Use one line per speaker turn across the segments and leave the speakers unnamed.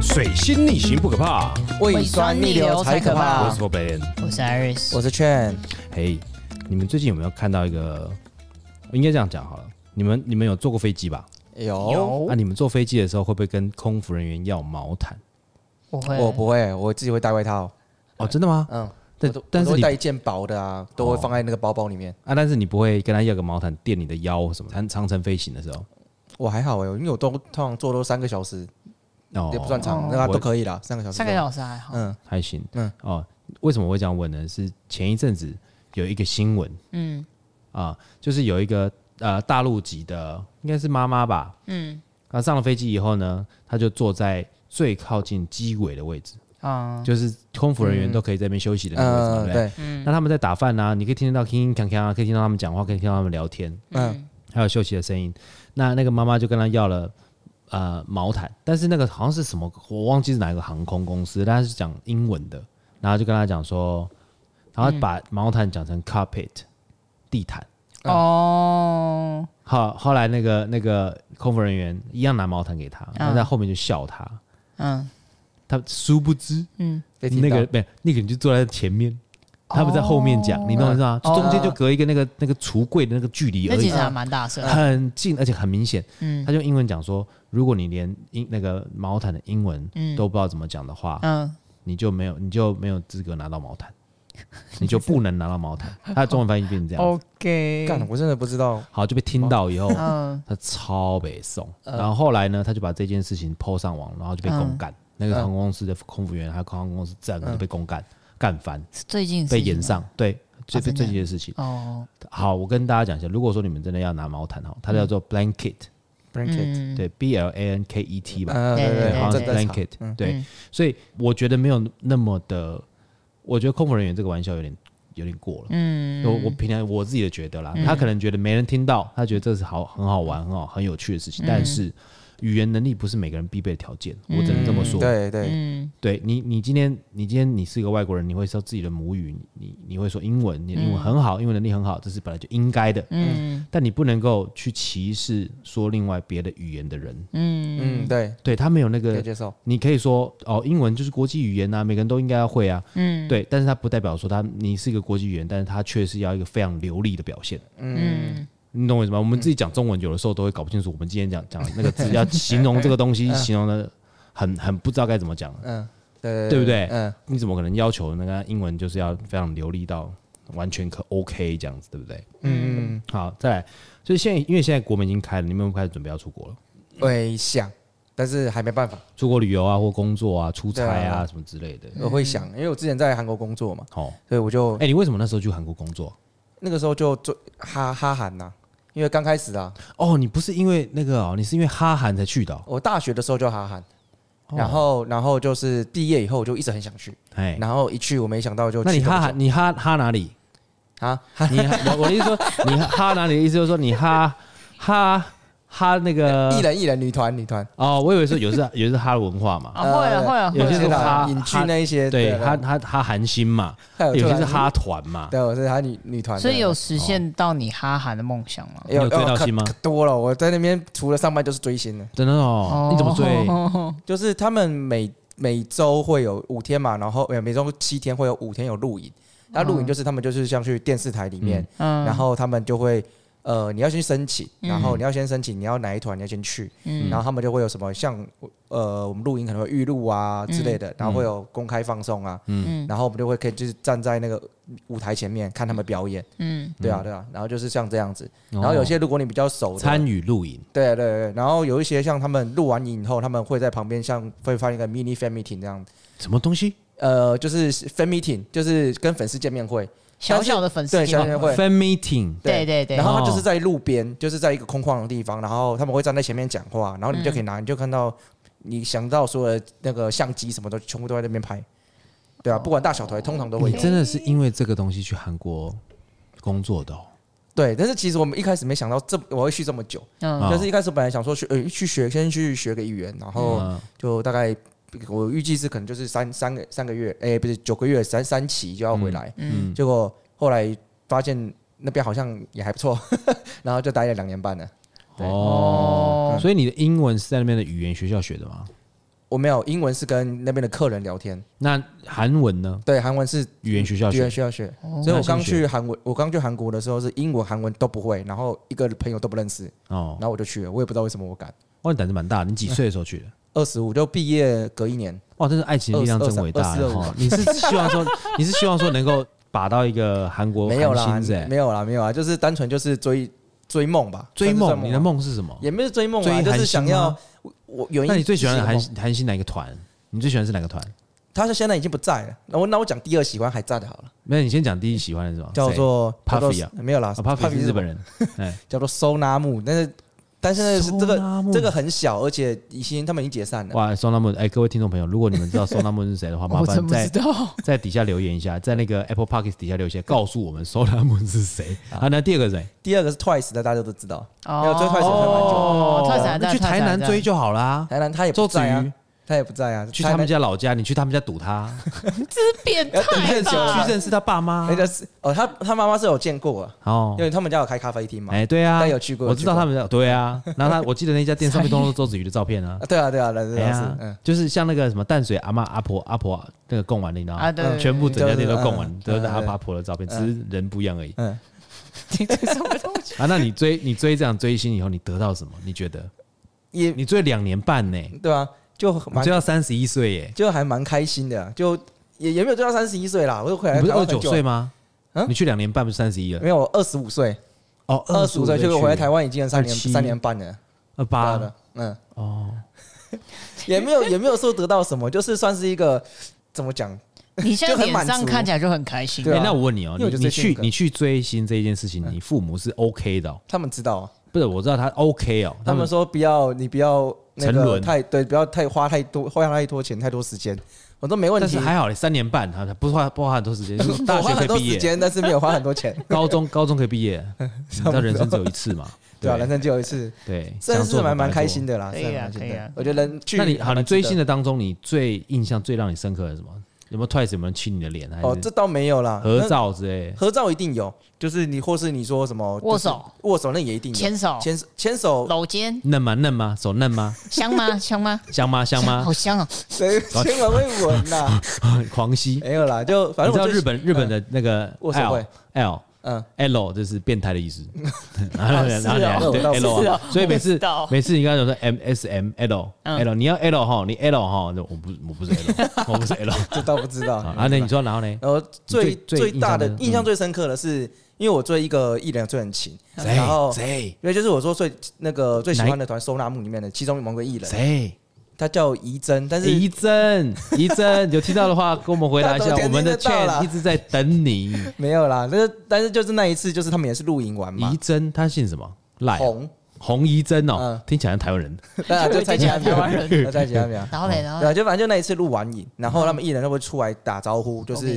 心逆行不可
啊
怕。
胃酸逆流才可怕。
我是 Brian，
我是 Iris，
我是劝，
嘿，你们最近有没有看到一个？应该这样讲好了，你们你们有坐过飞机吧？啊
有
那、你们坐飞机的时候会不会跟空服人员要毛毯？
我会，
我不会，我自己会带外套。
哦，真的吗？
嗯，
但
我都
但
我
是
都会
你
带一件薄的啊，都会放在那个包包里面。
啊，但是你不会跟他要个毛毯垫你的腰或什
嗯
么？长长程飞行的时候，
我还好哎，因为我都通常坐都三个小时，
哦，
也不算长，那
我
都可以啦，三个小时。
三个小时还好。
嗯，
还行。
嗯
哦，为什么我会这样问呢？是前一阵子有一个新闻
嗯
啊，就是有一个呃大陆籍的，应该是妈妈吧，
嗯
她上了飞机以后呢，她就坐在最靠近机尾的位置，
啊，
就是空服人员都可以在那边休息的那个位置嘛，对
嗯，
不对？
对，
那他们在打饭啊，你可以听得到铿铿锵锵啊，可以听到他们讲话，可以听到他们聊天，
嗯，
还有休息的声音。那那个妈妈就跟他要了呃毛毯，但是那个好像是什么，我忘记是哪一个航空公司，但他是讲英文的，然后就跟他讲说，然后把毛毯讲成 carpet 地毯。
嗯
哦，
后后来那个那个空服人员一样拿毛毯给他，
嗯
他在后面就笑他，
嗯
他殊不知
嗯，
被听
那
到
个没有那个人就坐在前面。他们在后面讲，你懂我意思吗？就
哦
中间就隔一个那个那个橱柜的那个距离而
那其
已
实，
嗯
还蛮大声的。
很近，而且很明显。
嗯
他就英文讲说，如果你连英那个毛毯的英文
嗯
都不知道怎么讲的话，
嗯，
你就没有你就没有资格拿到毛 毯，你就不能拿到毛毯。他的中文翻译变成这
哦
样子，
OK，
干，我真的不知道。
好就被听到以后，
嗯
他超北宋。
呃
然后后来呢，他就把这件事情 PO 上网，然后就被
嗯
公干。那个航空公司的空服员还有航空公司整个都被公干干翻，
是最近
被
演
延上。对，这
啊真的
这件事情。
哦，
好，我跟大家讲一下，如果说你们真的要拿毛毯哈，它叫做 blanket，
Blanket，
嗯
对，B L A N K E T 吧。
嗯，对
对
对，
好像
我正
是
在查
blanket，、
嗯
对，
嗯
所以我觉得没有那么的，我觉得空服人员这个玩笑有点有点过了。
嗯
我我平常我自己的觉得啦，他可能觉得没人听到，他觉得这是好很好玩、很好很有趣的事
嗯
情，但是语言能力不是每个人必备的条件，我只能这么说。
对对，
嗯
对你，你今天你今天你是一个外国人，你会说自己的母语，你你你会说英文，你的英文很好，英文能力很好，这是本来就应该的。
嗯
但你不能够去歧视说另外别的语言的人，
嗯
嗯，对，
对他没有那
可以
个
接受。
你可以说哦，英文就是国际语言呐、每个人都应该要会啊。
嗯，
对，但是它不代表说他你是一个国际语言，但是他确实要一个非常流利的表现。
嗯
你懂我意思吗？我们自
嗯
己讲中文，有的时候都会搞不清楚，我们今天讲讲那个 字，要形容这个东西，形容的很很不知道该怎么讲，
嗯，对
对不对
嗯，
你怎么可能要求那个英文就是要非常流利到完全可 OK 这样子，对不对？
嗯嗯，
好，再来，就是现在因为现在国门已经开了，你们有没有开始准备要出国了？
会想，但是还没办法。
出国旅游啊，或工作啊、出差
对
啊
啊
什么之类的。
我会想，因为我之前在韩国工作嘛，
哦，
所以我就
哎、你为什么那时候去韩国工作？
那个时候就做哈哈韩呐、因为刚开始啊，
哦，你不是因为那个哦，你是因为哈韩才去的、哦。
我大学的时候就哈韩，然后然后就是毕业以后我就一直很想去，
哎，
然后一去我没想到就
那你
去不久
哈韩，你哈哈哪里？
啊，
你哈我我的意思说，你哈哈哪里的意思就是说你哈哈哈那
艺
个
人艺人女团女团，呃
哦，我以为说有是有是哈文化嘛，
啊会了会了
有些
会
是
了，
哈
影剧那一些，
对，哈
他
哈哈韩星嘛，有些是，哈团嘛，
对，我是他女女团的，哎
所以有实现到你哈韩的梦想
哦
吗？
你有追到
可
星吗
可多了，我在那边除了上班就是追星了，
真的哦，你怎么追？
哦
就是他们每每周会有五天嘛，然后呃每周七天会有五天有录影，那
哦
录影就是他们就是像去电视台里面，
嗯
然后他们就会呃，你要先申请，然后你要先申请，你要哪一团你要先去，
嗯
然后他们就会有什么像呃，我们录音可能会预录啊之类的，然后会有公开放送啊，
嗯
然后我们就会可以就是站在那个舞台前面看他们表演，
嗯
对啊对啊，然后就是像这样子，
哦
然后有些如果你比较熟的，
参与录影，
对对对，然后有一些像他们录完影以后，他们会在旁边像会放一个 mini fan meeting 这样，
什么东西
呃，就是 fan meeting，就是跟粉丝见面会，
小小的粉丝
对
见
小
面
小的会
会
？Fan meeting，
对对对
然后他就是在路边，就是在一个空旷的地方，然后他们会站在前面讲话，然后你们就可以拿，你就看到你想到所有的那个相机什么都全部都在那边拍，对啊，不管大小腿，通常都会
你
有。
真的是因为这个东西去韩国工作的哦，
对，但是其实我们一开始没想到这我会去这么久，
嗯
啊
就是一开始本来想说去呃去学先去学个语言，然后
嗯
就大概我预计是可能就是三三个三个月，哎、不是九个月三三期就要回来，
嗯
结果后来发现那边好像也还不错， 然后就待了两年半了。对
哦
哦，所以你的英文是在那边的语言学校学的吗？
我没有英文是跟那边的客人聊天，
那韩文呢？
对，韩文是
语言学校
语言
学，
需要学。
哦
所以我
那先
刚
学
去韩国，我刚去韩国的时候是英文、韩文都不会，然后一个朋友都不认识，
哦
然，后我就去了，我也不知道为什么我敢。
哇，你胆子蛮大。你几岁的时候去的？
二十五就毕业隔一年，
哇，真是爱情的力量真伟大
二十二
哈！你是希望说，你是希望说能够把到一个韩国
没有啦
韩星子欸，
没有啦，没有啊，就是单纯就是追追梦吧，
追
算
梦，
是
你的
吧，
梦是什么？
也没有追梦
追
啊，
韩
就是
星
想要
吗
我我有一
那你最喜欢的韩
自己梦
韩星哪一个团？你最喜欢是哪个团？
他是现在已经不在了，那我那我讲第二喜欢还在的好了，
没有，你先讲第一喜欢的是什么？
叫做
谁
叫做
Puffy 啊
没有啦
啊 Puffy 是日本
人，
人，哎，
叫做收纳木，但是但是呢是这个
Sonamu
这个很小，而且已经他们已经解散了。
哇，宋纳木，哎，各位听众朋友，如果你们知道宋纳木是谁的话，麻
我怎
烦
么知
在
道？
在底下留言一下，在那个 Apple Podcast 底下留言，告诉我们宋纳木是谁啊？那第二个是谁？
第二个是 Twice 的，大家都知道，没有追 Twice
哦
我推蛮久的，
哦太惨了
那去
太惨
台
了
南
太惨了
追就好啦。
台南他也
周
不
子
在
瑜
啊，他也不在啊，
去
台
他
南
们家老家，你去他们家堵他，
这是变
要等
态
太久了
吧
去？认识他爸妈
那。个是哦，他他妈妈是有见过啊，
哦
因，为他们家有开咖啡厅嘛。
哎，对啊，
但有去过
我知道他们家对 啊。然后他，我记得那家店上面都是周子瑜的照片啊
啊。对啊，对啊，对啊
哎
对啊
呀，
是，嗯，，
就是像那个什么淡水阿嬷阿婆阿婆那个供完的，你知道吗
啊对对对
全部整家店都供完，
对
都
对对
是阿爸阿婆的照片，只是人不一样而已。
嗯，
啊，那你追你追这样追星以后，你得到什么？你觉得？
也
你追两年半呢，你
对啊，就蛮
追到三十一岁耶，
就还蛮开心的，啊就也也没有追到三十一岁啦，我又回来
你不是
哎台
二
湾很
九
久
岁，吗
嗯？
你去两年半不是三十一了？
没有二十五岁，
哦，
二十五岁就
就
回来台湾已经三年
27
三年半了，
二
对
八
啊，对啊嗯，
哦，
也没有也没有说得到什么，就是算是一个怎么讲，
你现在
就很
脸
满足
上看起来就很开心，
对啊
哎那我问你哦，
因为
你
我就
你
追星
去
哥
你去追星这一件事情，
嗯
你父母是 OK 的哦？
他们知道啊，
不是，我知道他 OK
嗯
哦，
他们说不要你不要那
沉
个
沦
太对，不要太花太多花太多钱太多时间，我说没问
但
题
是，还好嘞，三年半，他不花不花很多时间，就是大
我花
学可
很多
以毕
时
业，
间，但是没有花很多钱，
高中高中可以毕 业，你知道人生只有一次嘛？
对啊，人
对
生只有一次，
对，
真是蛮蛮开心
的。
的啦，
可以啊
是蛮开心
可以
的
啊
我觉得人去
那你好，
还蛮
你追
值得
星的当中，你最印象最让你深刻的是什么？有没有 Twice 有没有人亲你的脸，还
哦，
是
这倒没有啦，
合
那
照之类？
合照一定有，就是你或是你说什么
握手，
就是握手那也一定有，
牵手、
牵手牵手，
搂肩，
嫩吗？嫩吗？手嫩 吗？
香吗？香吗？
香吗？香吗？
好香哦！
谁牵完会吻呐？
狂吸。
没有啦，就反
你
正
知
我
道
最嗯
日本日本的那个
握手
L
会
L
嗯
L 就是变态的意 思，然后然后你还对
哦我知道
是哦
L，啊所以每
我
次
知道
每次你刚才说 M S M L
嗯
L，你要 L 哈，你 L 哈，那我不我不是 L，我不是 L
这倒不知 道
啊，。那你说然后呢？
然后
最
最
最
最大的
印象的嗯
印象最深刻的是，因为我对一个艺人追很勤，
谁
然后
谁
因为就是我说最那个最喜
哪一
欢的团收纳木里面的其中某个艺人，
谁？
他叫怡珍，但是
怡 珍，怡珍，有听到的话跟我们回答一
大
下，
家都
我们的
听得到啦
Chan 一直在等你。
没有啦，但是但是就是那一次，就是他们也是露营玩嘛
怡，珍，她姓什么？赖哦
红，
洪怡珍哦
嗯，
听起来像台湾人。
对啊，就
再
蔡
见
健 雅
啊台湾人。
就蔡健 雅表。
然后嘞，然后
对
嘞
啊，就反正就那一次录完影，然后他们艺人都会出来打招呼，就是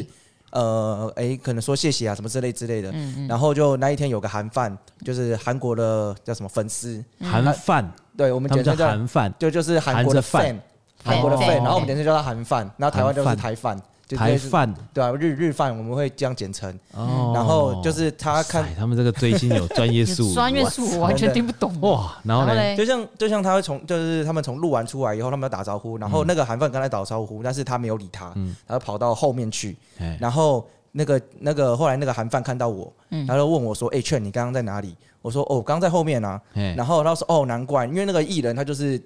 嗯 OK
呃，哎、可能说谢谢啊什么之类之类的。
嗯
然后就那一天有个韩饭，就是韩国的叫什么粉丝，
韩范，
对嗯我
他
们
们
简
叫
称叫
韩范，
就就是韩国的
含着
fan，韩国的
fan，
fan，然后我
哦
们简称叫他韩饭，然后台湾就
韩
是
饭
台饭，就
台
类似
范。
对啊，日日饭我们会这样简称。
哦，
嗯然后就是他看
哎，他们这个追星有专业术语，
专业术语我完全听不懂。
啊哇，然后
然
呢？
后嘞
就像就像他会从就是他们从录完出来以后，他们要打招呼，然
嗯
后那个韩范跟他打招呼，但是他没有理他，然后跑到后面去，
哎，
然后那个那个后来那个韩范看到我，他就问我说：“哎、劝你刚刚在哪里？”我说：“哦，我刚刚在后面啊。
哎”
然后他说：“哦，难怪，因为那个艺人他就是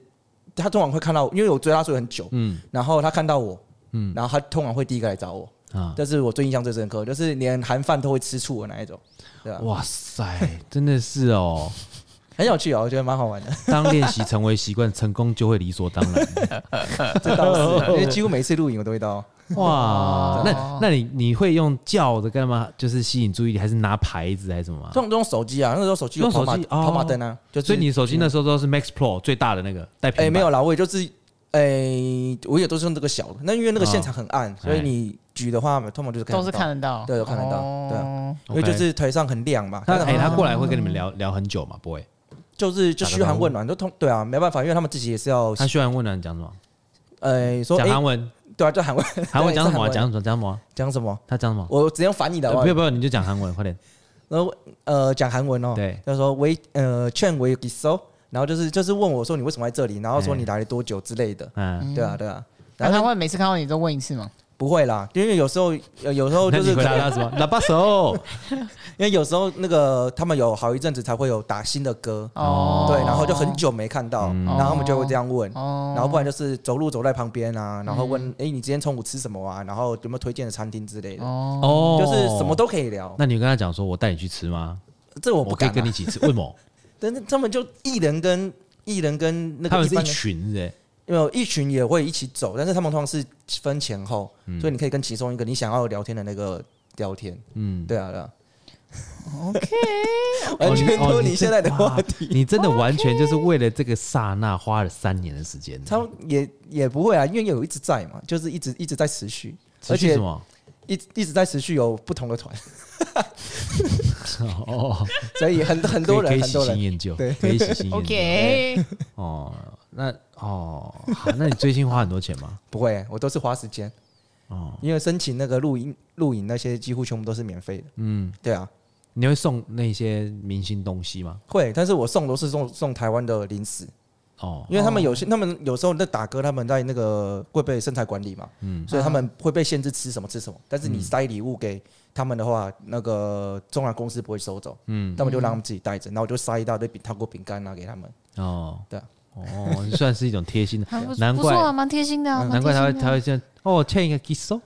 他通常会看到，因为我追他追很久，
嗯
然后他看到我，然后他通常会第一个来找我，
啊，
这是我最印象最深刻，就是连韩范都会吃醋的那一种，对吧、
哇塞，真的是哦，
很有趣哦，我觉得蛮好玩 的，
当练习成为习惯，成功就会理所当 然。
这倒是
哦
啊，因为几乎每次录影我都会
啊
到。
哇，那那你你会用叫的干嘛？就是吸引注意力，还是拿牌子还是什么吗？
这种这种手机啊，那时候手机有
用手
跑马
机哦
跑马灯啊，就是
所以你手机那时候都是 Max Pro 最大的那个带
哎、
屏
没
有
有啦，我也就是哎、我也都是用这个小的。那因为那个现场很
哎
暗，所以你举的话，通常就是看
都
得
是
到
看得到，
对有看得到对啊
哦
因为就是台上很亮嘛。
他
但
哎，他过来会跟你们聊聊很久嘛？不会，
就是就嘘寒问暖，就通对啊，没办法，因为他们自己也是要
他虽然问了啊你讲什么，
呃说
讲
哎、
韩文，
对啊，就韩文
韩文讲什么 啊？
对是
讲什么？讲什么啊？
讲什么？
他讲什么？
我直接翻译的
呃
好不
不要
好，
不要，你就讲韩文，快点。
然后呃讲韩文哦，
对
他说为呃劝为给收，然后就是就是问我说你为什么在这里，然后说
哎
你来了多久之类的，
嗯，
对啊对啊，
那
然后
他
就
会每次看到你都问一次吗？
不会啦，因为有时候有有时候
那
哦就
你
是
回
可
答
能
他 什么？喇叭手，
因为有时候那个他们有好一阵子才会有打新的歌，
哦
对，然后就很久没看到，
嗯
然后他们就会这样问，
哦，
然后不然就是走路走在旁边啊，然后
嗯
问哎你今天中午吃什么啊，然后有没有推荐的餐厅之类的，
哦，
哦，
就是什么。都可以聊，
那你跟他讲说，我带你去吃吗？
这我
我
不
可以
敢
跟
啊
你，一起吃，为什么？
但是他们就艺人跟艺人跟 那
他
个
们
一
是一
般的
群人，
因为一群也会一起走，但是他们通常是分前后，所以你可以跟其中一个你想要聊天的那个聊天。
嗯，
对啊，对啊。
OK
完 全
哦
脱
你
离现在的话题，
哦你 真的完全就是为了这个刹那花了三年的时间，
他们也也不会啊，因为有一直在嘛，就是一直一直在持续，
持
而
续
且
什么？
一一直在持续有不同的团，
哦，
所以很很多
可以
人
可以
很
喜
多
新
人。
厌旧，
对
可以喜新厌旧。
OK，
哦，那哦，好，那你最近花很多钱吗？
不会，我都是花时间，
哦，
因为申请那个录音录影那些几乎全部都是免费的。
嗯，
对啊，
你会送那些明星东西吗？
会，但是我送都是送送台湾的零食，
哦，
因为他们有些他们有时候那打歌，他们在那个会被生态管理嘛，
嗯
所以他们会被限制吃什么吃什么。但是你塞礼物给他们的话，那个中华公司不会收走，
嗯，
他们就让他们自己带着，然后我就塞一大堆饼糖果饼干啊拿给他们。
哦，
对啊
哦，算是一种贴心的
还不，
难
不错啊，
怪
蛮贴心的啊，
难怪他
蛮
会
贴心的
他会这样，哦，欠一个 kiss 哦，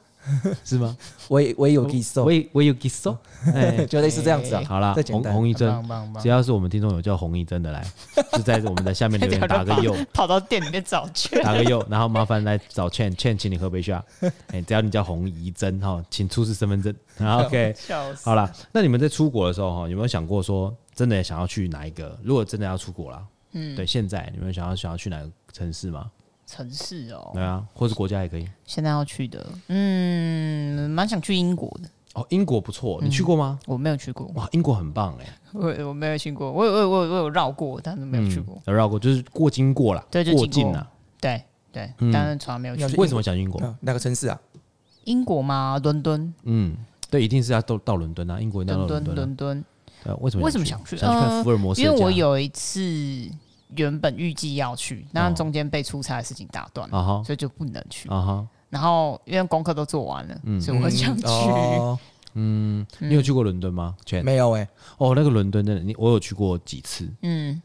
是吗？
我也我也有 kiss
我也我也有 kiss 哦，哎，
就类似这样子啊。
好啦
这，
洪
简单
洪一
很棒
真，
很棒很棒
只要是我们听众有叫洪一真 的来，就在我们的下面留言
大家
打
都
个 右，
跑到店里面找 去。
打个右，然后麻烦来找倩倩，请你喝杯下。 哎，只要你叫洪怡珍哈，请出示身份证。 好 OK，
笑死！
好啦，那你们在出国的时候哈，有没有想过说真的想要去哪一个？如果真的要出国啦，嗯，对，现在你们想要想要去哪个城市吗？
城市哦，
对啊，或是国家也可以。
现在要去的，嗯，蛮想去英国的。
哦，英国不
嗯
错，你去过吗？
我没有去过，
哇，英国很棒哎，嗯
我我没有去过，我有我有我有我有绕过，但是没有去过。
有绕过就是过经过啦，
对就
过
经
境
过
啦。
对对，
嗯
但是从来没有去
要去
过。
为什么想去英国？
啊哪个城市啊？
英国嘛，伦敦，
嗯，对，一定是要到到伦敦啊，英国一定要
伦
到伦敦啊。
敦，伦敦。
呃，为什么
为什么想去
想去看
呃
福尔摩斯的
因为
家？
我有一次原本预计要去，那
哦
中间被出差的事情打断了，
啊哈
所以就不能去。
啊哈，
然后因为功课都做完了，所以我很想去。
哦
嗯，你有去过伦敦吗？全
没有哎，
哦，那个伦敦真的，你我有去过几次。
嗯，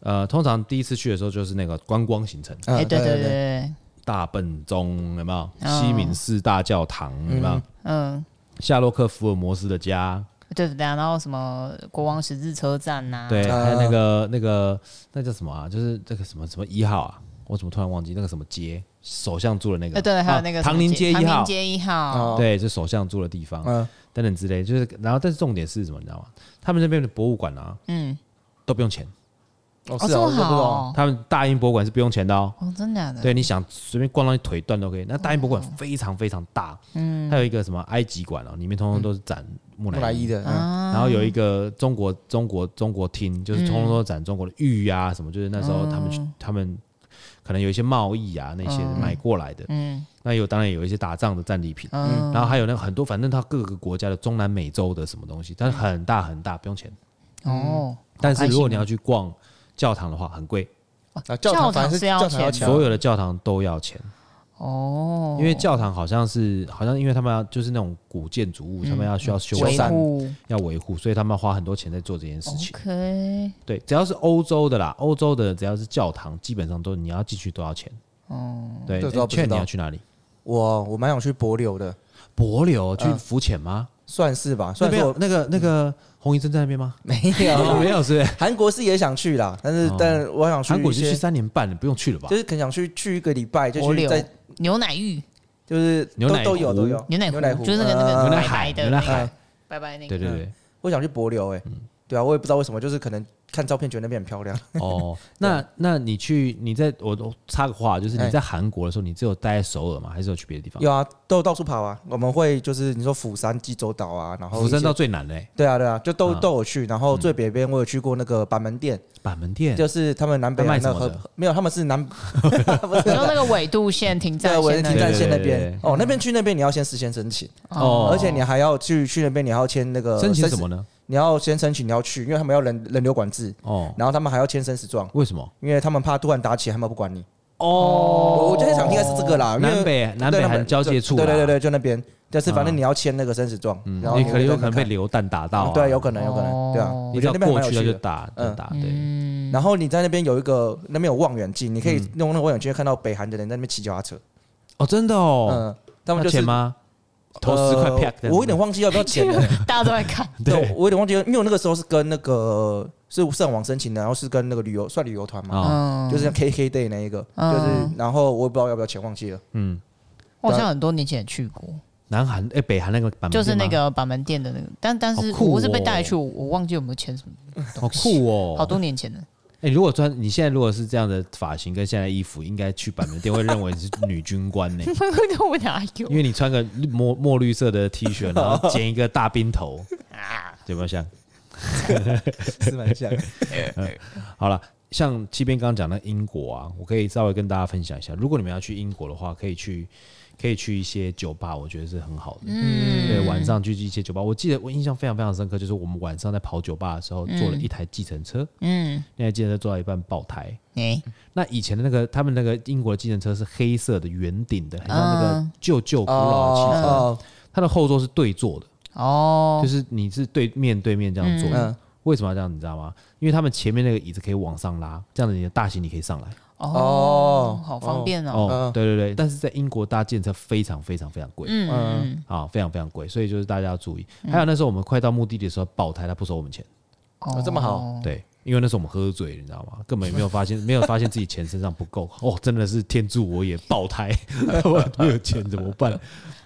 呃，通常第一次去的时候就是那个观光行程，
哎、
啊
对对对，对，
大笨钟有没有？
哦
西敏寺大教堂有没有？
嗯，
夏洛克福尔摩斯的家，
对对对啊，然后什么国王十字车站呐、
对，
啊
还有那个那个那叫什么啊？就是那个什么什么一号啊？我怎么突然忘记那个什么街？首相住的那个，
呃对，还有那个
啊
什么
唐宁街一
唐
号
宁，街一
哦，
号，
对，就首相住的地方。
嗯，
等等之类，就是然后但是重点是什么，你知道吗？他们那边的博物馆啊
嗯，
都不用钱，
哦
哦，
是啊，
这么
我都不
好
懂
哦，
他们大英博物馆是不用钱的哦。
哦，真的假
嗯
的？
对，你想随便逛到你腿断都可以。那大英博物馆非常非常大，嗯，还有一个什么埃及馆哦，里面通通都是展木
木
乃
乃伊
伊，
的，
啊
嗯
然后有一个中国中国中国厅，就是通通都展中国的玉啊什么，就是那时候他们
嗯
去他们可能有一些贸易啊那些买过来的，
嗯
那有当然有一些打仗的战利品，
嗯，
然后还有那很多反正它各个国家的中南美洲的什么东西，但是很大很大，不用钱。
哦，
但是如果你
好
要去逛教堂的话，很贵，
啊，
开心
堂反
哦教堂
正
是
是
要
教堂要
钱
钱
的，
所有的教堂都要钱，
嗯哦，
因为教堂好像是好像因为他们要就是那种古建筑
嗯
物，他们要需要修
修
维
缮
缮
护
要维护，所以他们要花很多钱在做这件事情。
嗯哦，OK，
对，只要是欧洲的啦，欧洲的只要是教堂，基本上都你要进去都要钱。哦，对，
这个倒不知道
劝你要去哪里？
我我蛮想去柏柳的，
帛琉去
嗯
浮潜吗？
算是吧，
那
算是
边有
我
那个那个洪医生在那边吗？
没
哦
有。
没有，是不是？
韩国是也想去啦，但是
哦
但我想去
韩国
一
就
些
去三年半了，不用去了吧
就？是很想去去一个礼拜，就
柏
去
柳
在
牛奶浴、
就是
牛
都
奶
都有
湖
都有
牛奶
牛奶
湖，
湖，
就是那个那
呃
个
牛奶
白白
海，
的
牛奶
那个
海，
白白那个，
对对对。
我想去柏柳
嗯
哎，对啊，我也不知道为什么，就是可能看照片觉得那边很漂亮，
哦， 那那你去，你在我我插个话，就是你在韩国的时候，你只有待在首尔吗？还是有去别的地方？
哎有啊，都有到处跑啊，我们会就是你说釜山、济州岛啊，然后
釜山
一些
到最南嘞，
对啊对啊，就都
啊
都有去，然后最北边我有去过那个板门店，
板门店
就是他们南北啊
那卖
那
什么
河
的
没有，他们 是南 不是
你说那个纬度线停
在
在
我的
那
停
里
战线那
对对对
边哦，那边去那边你要先事先申请，
哦
而且你还要去去那边你还要签那个
申请
生
什
死
么呢？
你要先申请，你要去，因为他们要人人流管制，
哦，
然后他们还要签生死状，
为什么？
因为他们怕突然打起来，他们不管你。
哦
我我觉得想应该是这个啦，因为
南北南
对
北
那
韩
边
交界
就
处，
对对对，对，就那边。但是反正
嗯
你要签那个生死状，
嗯
然后
你
你
可能有可能被
流，
流弹打到啊，
哦对，有可能有可能，对啊
哦，
你
我
只
觉
要
得那边
过
蛮有
去了
趣
就
的。
打
嗯
就打，对，
嗯，
然后你在那边有一个那边有望远镜，你可以
嗯
用那个望远镜看到北韩的人在那边骑脚踏车，
哦，真的哦，
嗯，他们
要
就
钱
是
吗？投
呃
十块啪，这样子
我有点忘记要不要钱了。
大家都 在看，
对，
对，
我有点忘记了，因为我那个时候是跟那个是上网申请的，然后是跟那个旅游算旅游团嘛，
啊，
嗯，
就是像 KK Day 那一个，
嗯
就是然后我也不知道要不要钱，忘记了。
嗯，
我好像很多年前也去过，
南韩哎，北韩那个版本
就是那
对吗，
个板门店的那个，但但是
好酷
我是被
哦
带去，我我忘记有没有签什么，
好酷哦，
好多年前了。
哎、如果穿你现在如果是这样的发型跟现在的衣服，应该去板门店会认为你是女军官 呢、
我哪有
因？为你穿个绿墨墨绿色的 T 恤，然后剪一个大冰头，
啊
有没有像？
是蛮像。
好了，像七边刚刚讲的英国啊，我可以稍微跟大家分享一下，如果你们要去英国的话，可以去可以去一些酒吧，我觉得是很好的。
嗯，
对，晚上去一些酒吧，我记得我印象非常非常深刻，就是我们晚上在跑酒吧的时候，坐了一台计程车，
嗯，
那台计程车坐到一半爆胎，
哎，
那以前的那个他们那个英国的计程车是黑色的圆顶的，很像那个
嗯
旧旧古老的汽车，
哦，
它的后座是对坐的，
哦
就，是你是对面对面这样坐的。
嗯，
为什么要这样？你知道吗？因为他们前面那个椅子可以往上拉，这样子你的大型你可以上来。
哦，好方便哦，
哦，对对对。但是在英国搭建车非常非常非常贵
嗯嗯，
啊，非常非常贵，所以就是大家要注意。还有那时候我们快到目的地的时候爆胎，他不收我们钱，
哦这么好
哦，
对，因为那时候我们喝醉了，你知道吗？根本也没有发现，没有发现自己钱身上不够。 哦，真的是天助我也爆胎， 我没有钱怎么办？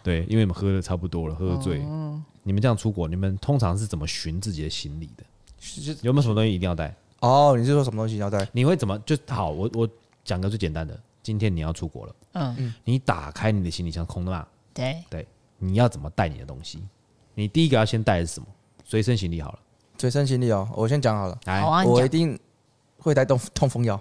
对，因为我们喝的差不多了，喝得醉。
哦
你们这样出国，你们通常是怎么寻自己的行李的？
是
有没有什么东西一定要带？
哦，你是说什么东西要带？
你会怎么就好？我我讲个最简单的，今天你要出国了，
嗯，
你打开你的行李箱空的嘛？
对，
对，你要怎么带你的东西？你第一个要先带的是什么？随身行李好了，
随身行李哦，我先讲好了，
来
好啊，你
我
讲
一定会带痛痛风药。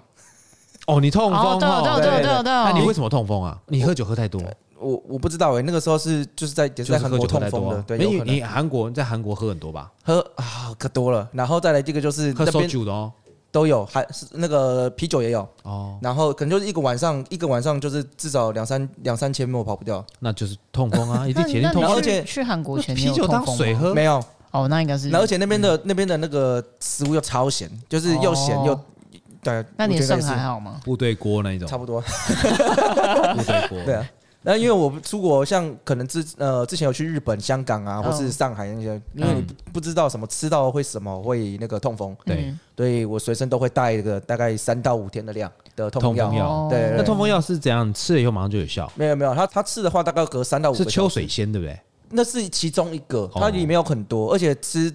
哦，你痛
哦，
风
对哦对哦
哦，
对哦
对
对哦对
那你
哦，
为什么痛风啊？你喝酒喝太多。
我我不知道哎，那个时候是就是在也是
就
在
是
韩
喝
国
酒喝
痛
太
风
多
的，
啊，
对，
没
有
有
可能
你韩国在韩国喝很多吧？
喝啊可多了。然后再来这个就是
喝
那
烧
边
酒的哦，
都有，还是那个啤酒也有，
哦，
然后可能就是一个晚上一个晚上就是至少两三两三千我跑不掉，
那就是痛风 啊，一定
那
铁定痛
然后
风
而。且
去韩国前你
啤
有
酒
痛
当
风
水
吗
喝，
没有。
哦，那应
嗯
该是
然，后而且那边的那边的那个食物又超咸，就是又咸
哦
又对。
那你
我
的
觉得
啊肾
也是
还好吗？
部队锅那一种，
差不多，
部队锅。
对啊。那因为我出国，像可能之呃之前有去日本、香港啊，
嗯
或是上海那些，因为你不不知道什么吃到会什么会那个痛风，
嗯
对
所以我随身都会带一个大概三到五天的量的痛风
痛风
药
药。
哦
对对
那痛风药是怎样？吃了以后马上就有效，
没有没有，他他吃的话大概隔三到五
是
个
秋
小时，
水仙对不对？
那是其中一个，
哦
它里面有很多，而且吃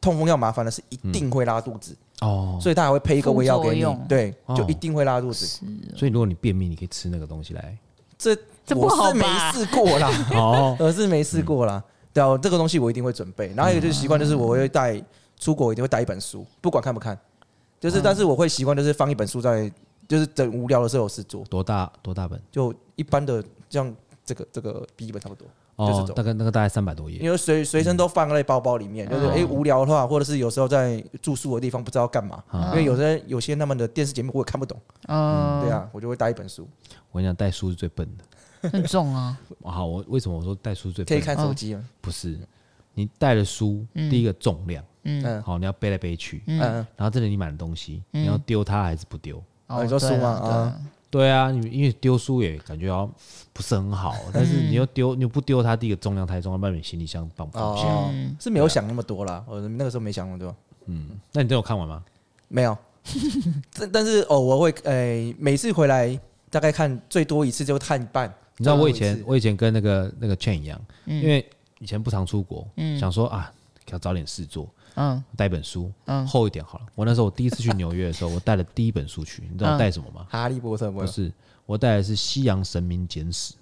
痛风药麻烦的是一定会拉肚子，
哦，
所以他还会配一个胃药给
副
你
作用，
对，就
哦
一定会拉肚子。
所以如果你便秘，你可以吃那个东西来。
这
这不
我
好
是没
吧
试过啦，
哦，
我是没试过啦。对啊，这个东西我一定会准备。然后还有就是习惯，就是我会带出国，我一定会带一本书，不管看不看。
嗯
就是，但是我会习惯，就是放一本书在，就是等无聊的时候有事做，
多大多大本？
就一般的像这个这个笔记本差不多，就是这
哦
种，
大概那个大概三百多页。
因为随随身都放在包包里面。就是
嗯
诶无聊的话，或者是有时候在住宿的地方不知道干嘛，
嗯
因为有些有些他们的电视节目我也看不懂，
嗯，
对，啊，我就会带一本书，
我跟你讲，带书是最笨的。
很重啊，
好，我为什么我说带书最
可以
笨？
看手机嘛，
不是你带了书，第一个重量，
嗯
好，你要背来背去，
嗯，
然后这里你买的东西，你要丢它还是不丢？
哦你说
对
书吗
啊对啊
对啊，你因为丢书也感觉好不是很好，但是你又丢，你又不丢它，第一个重量太重，要不然你行李箱放不嗯下。
哦，
嗯
是没有想那么多啦，我那个时候没想那么多，
嗯那你都有看完吗？
没有。 但但是哦，我会诶、每次回来大概看最多一次就看一半。
你知道我以
最
前
多
我以前跟那个那个 Chen 一样，因为以前不常出国，想说啊要找点事做，
啊
嗯，
带一本书，
嗯
厚一点好了。我那时候我第一次去纽约的时候，我带了第一本书去，你知道我带什么吗
一次？哈利波特没
不
有
是，我带的是《西洋神明简史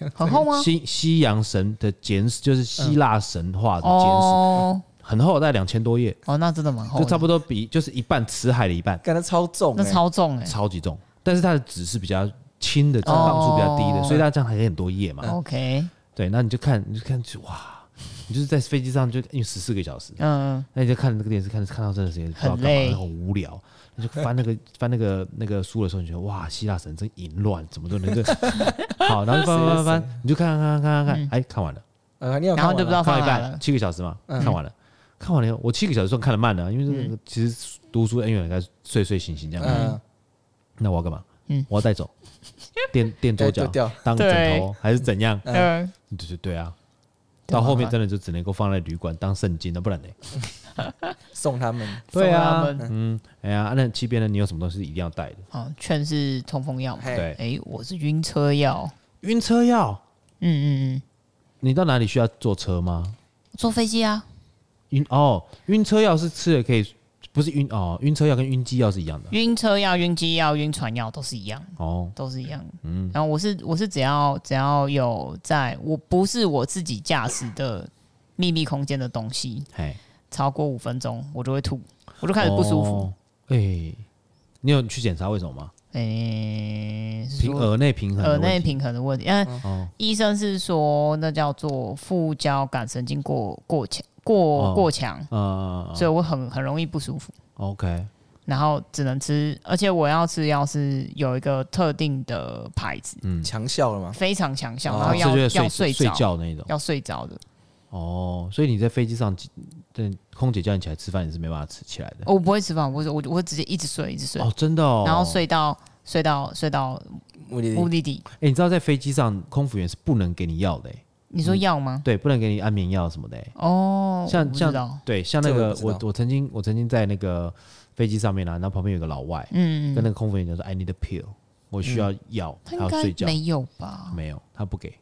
嗯很厚》， 吗？
西西洋神的简史就是希腊神
啊
话的简史，
哦
很厚，我带两千多页，
哦，那真的蛮厚
就
的，
差不多比就是一半辞海的一半，
感觉超重、欸，
那超重哎、
超级重，但是它的纸是比较轻的，
哦
嗯
嗯
磅数比较低的，所以它这样还有很多页嘛。
OK，
对，那你就看，你就看，哇，你就是在飞机上就因为十四个小时，
嗯，
那你就看那个电视，看看到这段时间不知道
很
干嘛
累
很无聊。你就翻那 个翻那个那个书的时候，你觉得哇，希腊神真淫乱，怎么都能这 好，然后就翻翻翻 翻，你就看看看看看看，
嗯
哎，看完了，
呃，你有
然后就不知道
看到
放
一
哪
半
了。
七个小时嘛，
嗯
看完了，看完了，我七个小时算看得慢的，因为这个其实读书恩怨该睡睡醒醒这样。
嗯，
那我要干嘛
嗯？
我要带走，垫垫桌
对，
角
哎丢掉，
当枕
对
头还是怎样？
嗯，
对对对啊，到后面真的就只能够放在旅馆当圣经了，不然呢？
送他们。
对啊
送他们
嗯，哎呀，啊那七边呢？你有什么东西一定要带的？
哦，劝是冲锋药嘛。
嘿，
对，
哎，我是晕车药。
晕车药，
嗯嗯嗯，
你到哪里需要坐车吗？
坐飞机啊。
晕哦，晕车药是吃了可以，不是晕哦，晕车药跟晕机药是一样的
晕车药、晕机药、晕船药都是一样，
哦。
都是一样。嗯，然后我是我是只要只要有在我不是我自己驾驶的秘密空间的东西
嘿，
超过五分钟，我就会吐，我就开始不舒服。
哦。哎，你有去检查为什么吗？
诶、是
平
说
耳内平衡的
耳
问题，
内平衡的问题，因为
哦
医生是说那叫做副交感神经过过强过、
哦
过强，
呃
所以我很很容易不舒服，
，OK，
然后只能吃，而且我要吃药是有一个特定的牌子，
嗯，
强效了嘛？
非常强效，
哦
然后要、
这啊就是
要
睡
着，
觉那一种
要睡着的。
哦。所以你在飞机上，对空姐叫你起来吃饭，你是没办法吃起来的
哦我不会吃饭，我我我会直接一直睡，一直睡，
哦，真的哦。
然后睡到睡到睡到
目的
目
地
的地。
哎、你知道在飞机上，空服员是不能给你药的、欸，
你说药吗？
对，不能给你安眠药什么的、欸。
哦，
像
我不知
像
道
对，像那
这
个
个我不知
我
道
我曾经我曾经在那个飞机上面啊，然后旁边有个老外，
嗯，
跟那个空服员讲说，I need a pill，我需要药，他
他应
要
该
睡觉，
没有吧？
没有，他不给，因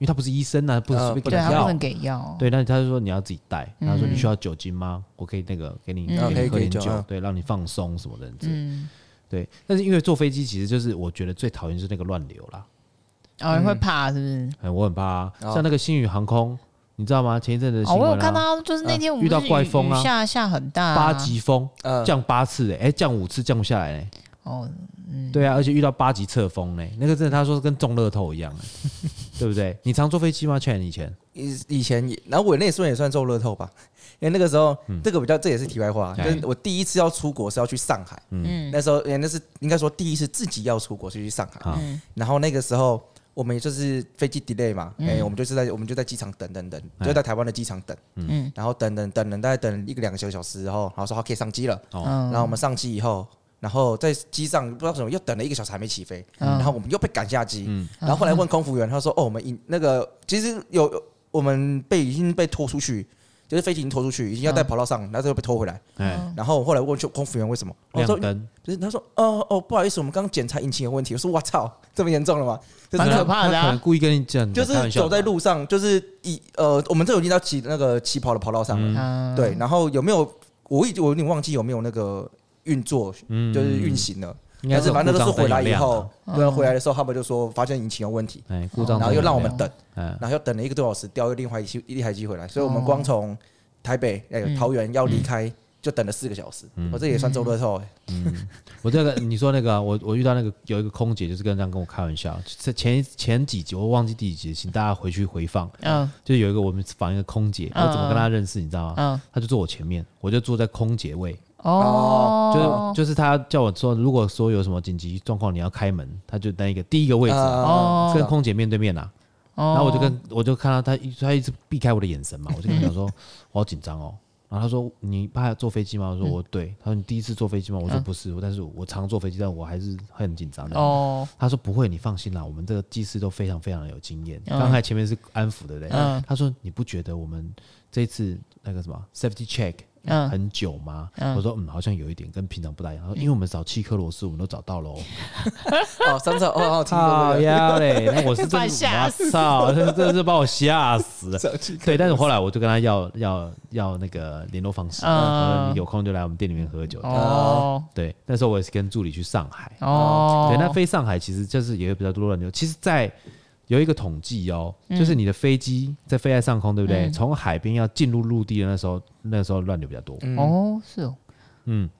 为他不是医生啊，他不是
呃
随
不
便给
对
你
啊，他不
药
能。给药。
对，那他就说你要自己带，
嗯
他说你需要酒精吗？我可以那个给你给
嗯
可以
你喝
给
点
酒
酒
啊，
对，让你放松什么的。
嗯，
对，但是因为坐飞机其实就是我觉得最讨厌就是那个乱流啦，
哦，你会怕是不是？
哎，我很怕啊，
哦
像那个星宇航空，你知道吗？前一阵子的
哦，
新
我有
闻
看
啊，
到，就是那天我们
遇到
不是
怪
雨
风啊
雨下下很大啊，
八级风
嗯
呃，
降八次，哎，降五次降不下来嘞。
哦，
对啊，而且遇到八级侧风嘞，那个真的他说是跟中乐透一样欸， 对不对？你常坐飞机吗？劝以前
以以前也，然后我那时候也算中乐透吧，因为那个时候这个比较，这也是题外话，就
嗯哎
是我第一次要出国是要去上海，
嗯
那时候也哎那是应该说第一次自己要出国是去上海，
啊，
嗯
然后那个时候我们也就是飞机 delay 嘛，
嗯
哎、我们就是在我们就在机场等等等，
哎
就在台湾的机场等，
嗯
然后等等等等，大概等一个两个小时之后，然后说好可以上机了，
哦，
然
嗯，
后我们上机以后。然后在机上不知道怎么又等了一个小时还没起飞，
嗯
然后我们又被赶下机，
嗯
然后后来问空服员，他说：“哦，我们已那个其实有我们被已经被拖出去，就是飞机已经拖出去，已经
嗯
要在跑道上，然后又被拖回来。
哎，
然后我后来问去空服员为什么，
哦
我说
亮
嗯
灯，
就是他说哦哦，不好意思，我们刚检查引擎有问题。我说我操，这么严重了吗？就是
蛮可怕的
他可能
啊，
故意跟你讲，
就
嗯开玩
是
笑
走在
的吧，
路上，就是以呃，我们这已经到起那个起跑的跑道上了。
嗯
对，，然后有没有我已我有点忘记有没有那个运作，
嗯
就是运，行了。
应该
但是反正都
故
是
障灯
回来
有
以
亮的
后，，
嗯
对，啊回来的时候他们就说发现引擎有问题，
哎，故障灯有亮，
然后又让我们
哦
等。
哎，
然后又等了一个多小时，调又另外一期一台机回来，所以我们光从台北哎、
嗯
桃园要离开就等了四个小时，我、这也算周乐透、欸，
我这个你说那个啊，我我遇到那个有一个空姐，就是跟这样跟我开玩笑，这前前几集我忘记第几集，请大家回去回放，
嗯
就有一个我们访一个空姐，我怎么跟她认识，你知道吗？
嗯，
她就坐我前面，我就坐在空姐位，
哦，
就是就是他叫我说，如果说有什么紧急状况，你要开门，他就那一个第一个位置啊，
哦
跟空姐面对面啊。
然
然后我就
哦
跟我就看到他一他一直避开我的眼神 嘛，我就跟他讲说，我好紧张哦。然后他说你怕坐飞机吗？我说我对。他说你第一次坐飞机吗？我说
嗯
不是，我但是我常坐飞机，但我还是会很紧张的。
哦，
他说不会，你放心啦，我们这个技师都非常非常有经验。
嗯
刚才前面是安抚的人，
嗯
他说你不觉得我们这次那个什么 safety check
嗯
很久吗？
嗯
我说嗯，好像有一点跟平常不大一样。他说因为我们找七颗螺丝，我们都找到喽。
哦，上次哦哦，听过
好
这个
呀嘞，那我是
把
真
你吓
的，我操，真的是把我吓死了。
手机
对，但是后来我就跟他要要要那个联络方式，
嗯
我说你有空就来我们店里面喝酒。
哦
对，那时候我也是跟助理去上海。
哦，
呃对，那飞上海其实就是也有比较多乱流。其实，在有一个统计哦，
嗯
就是你的飞机在飞在上空，对不对？从、海边要进入陆地的那时候，那时候乱流比较多。嗯
哦是哦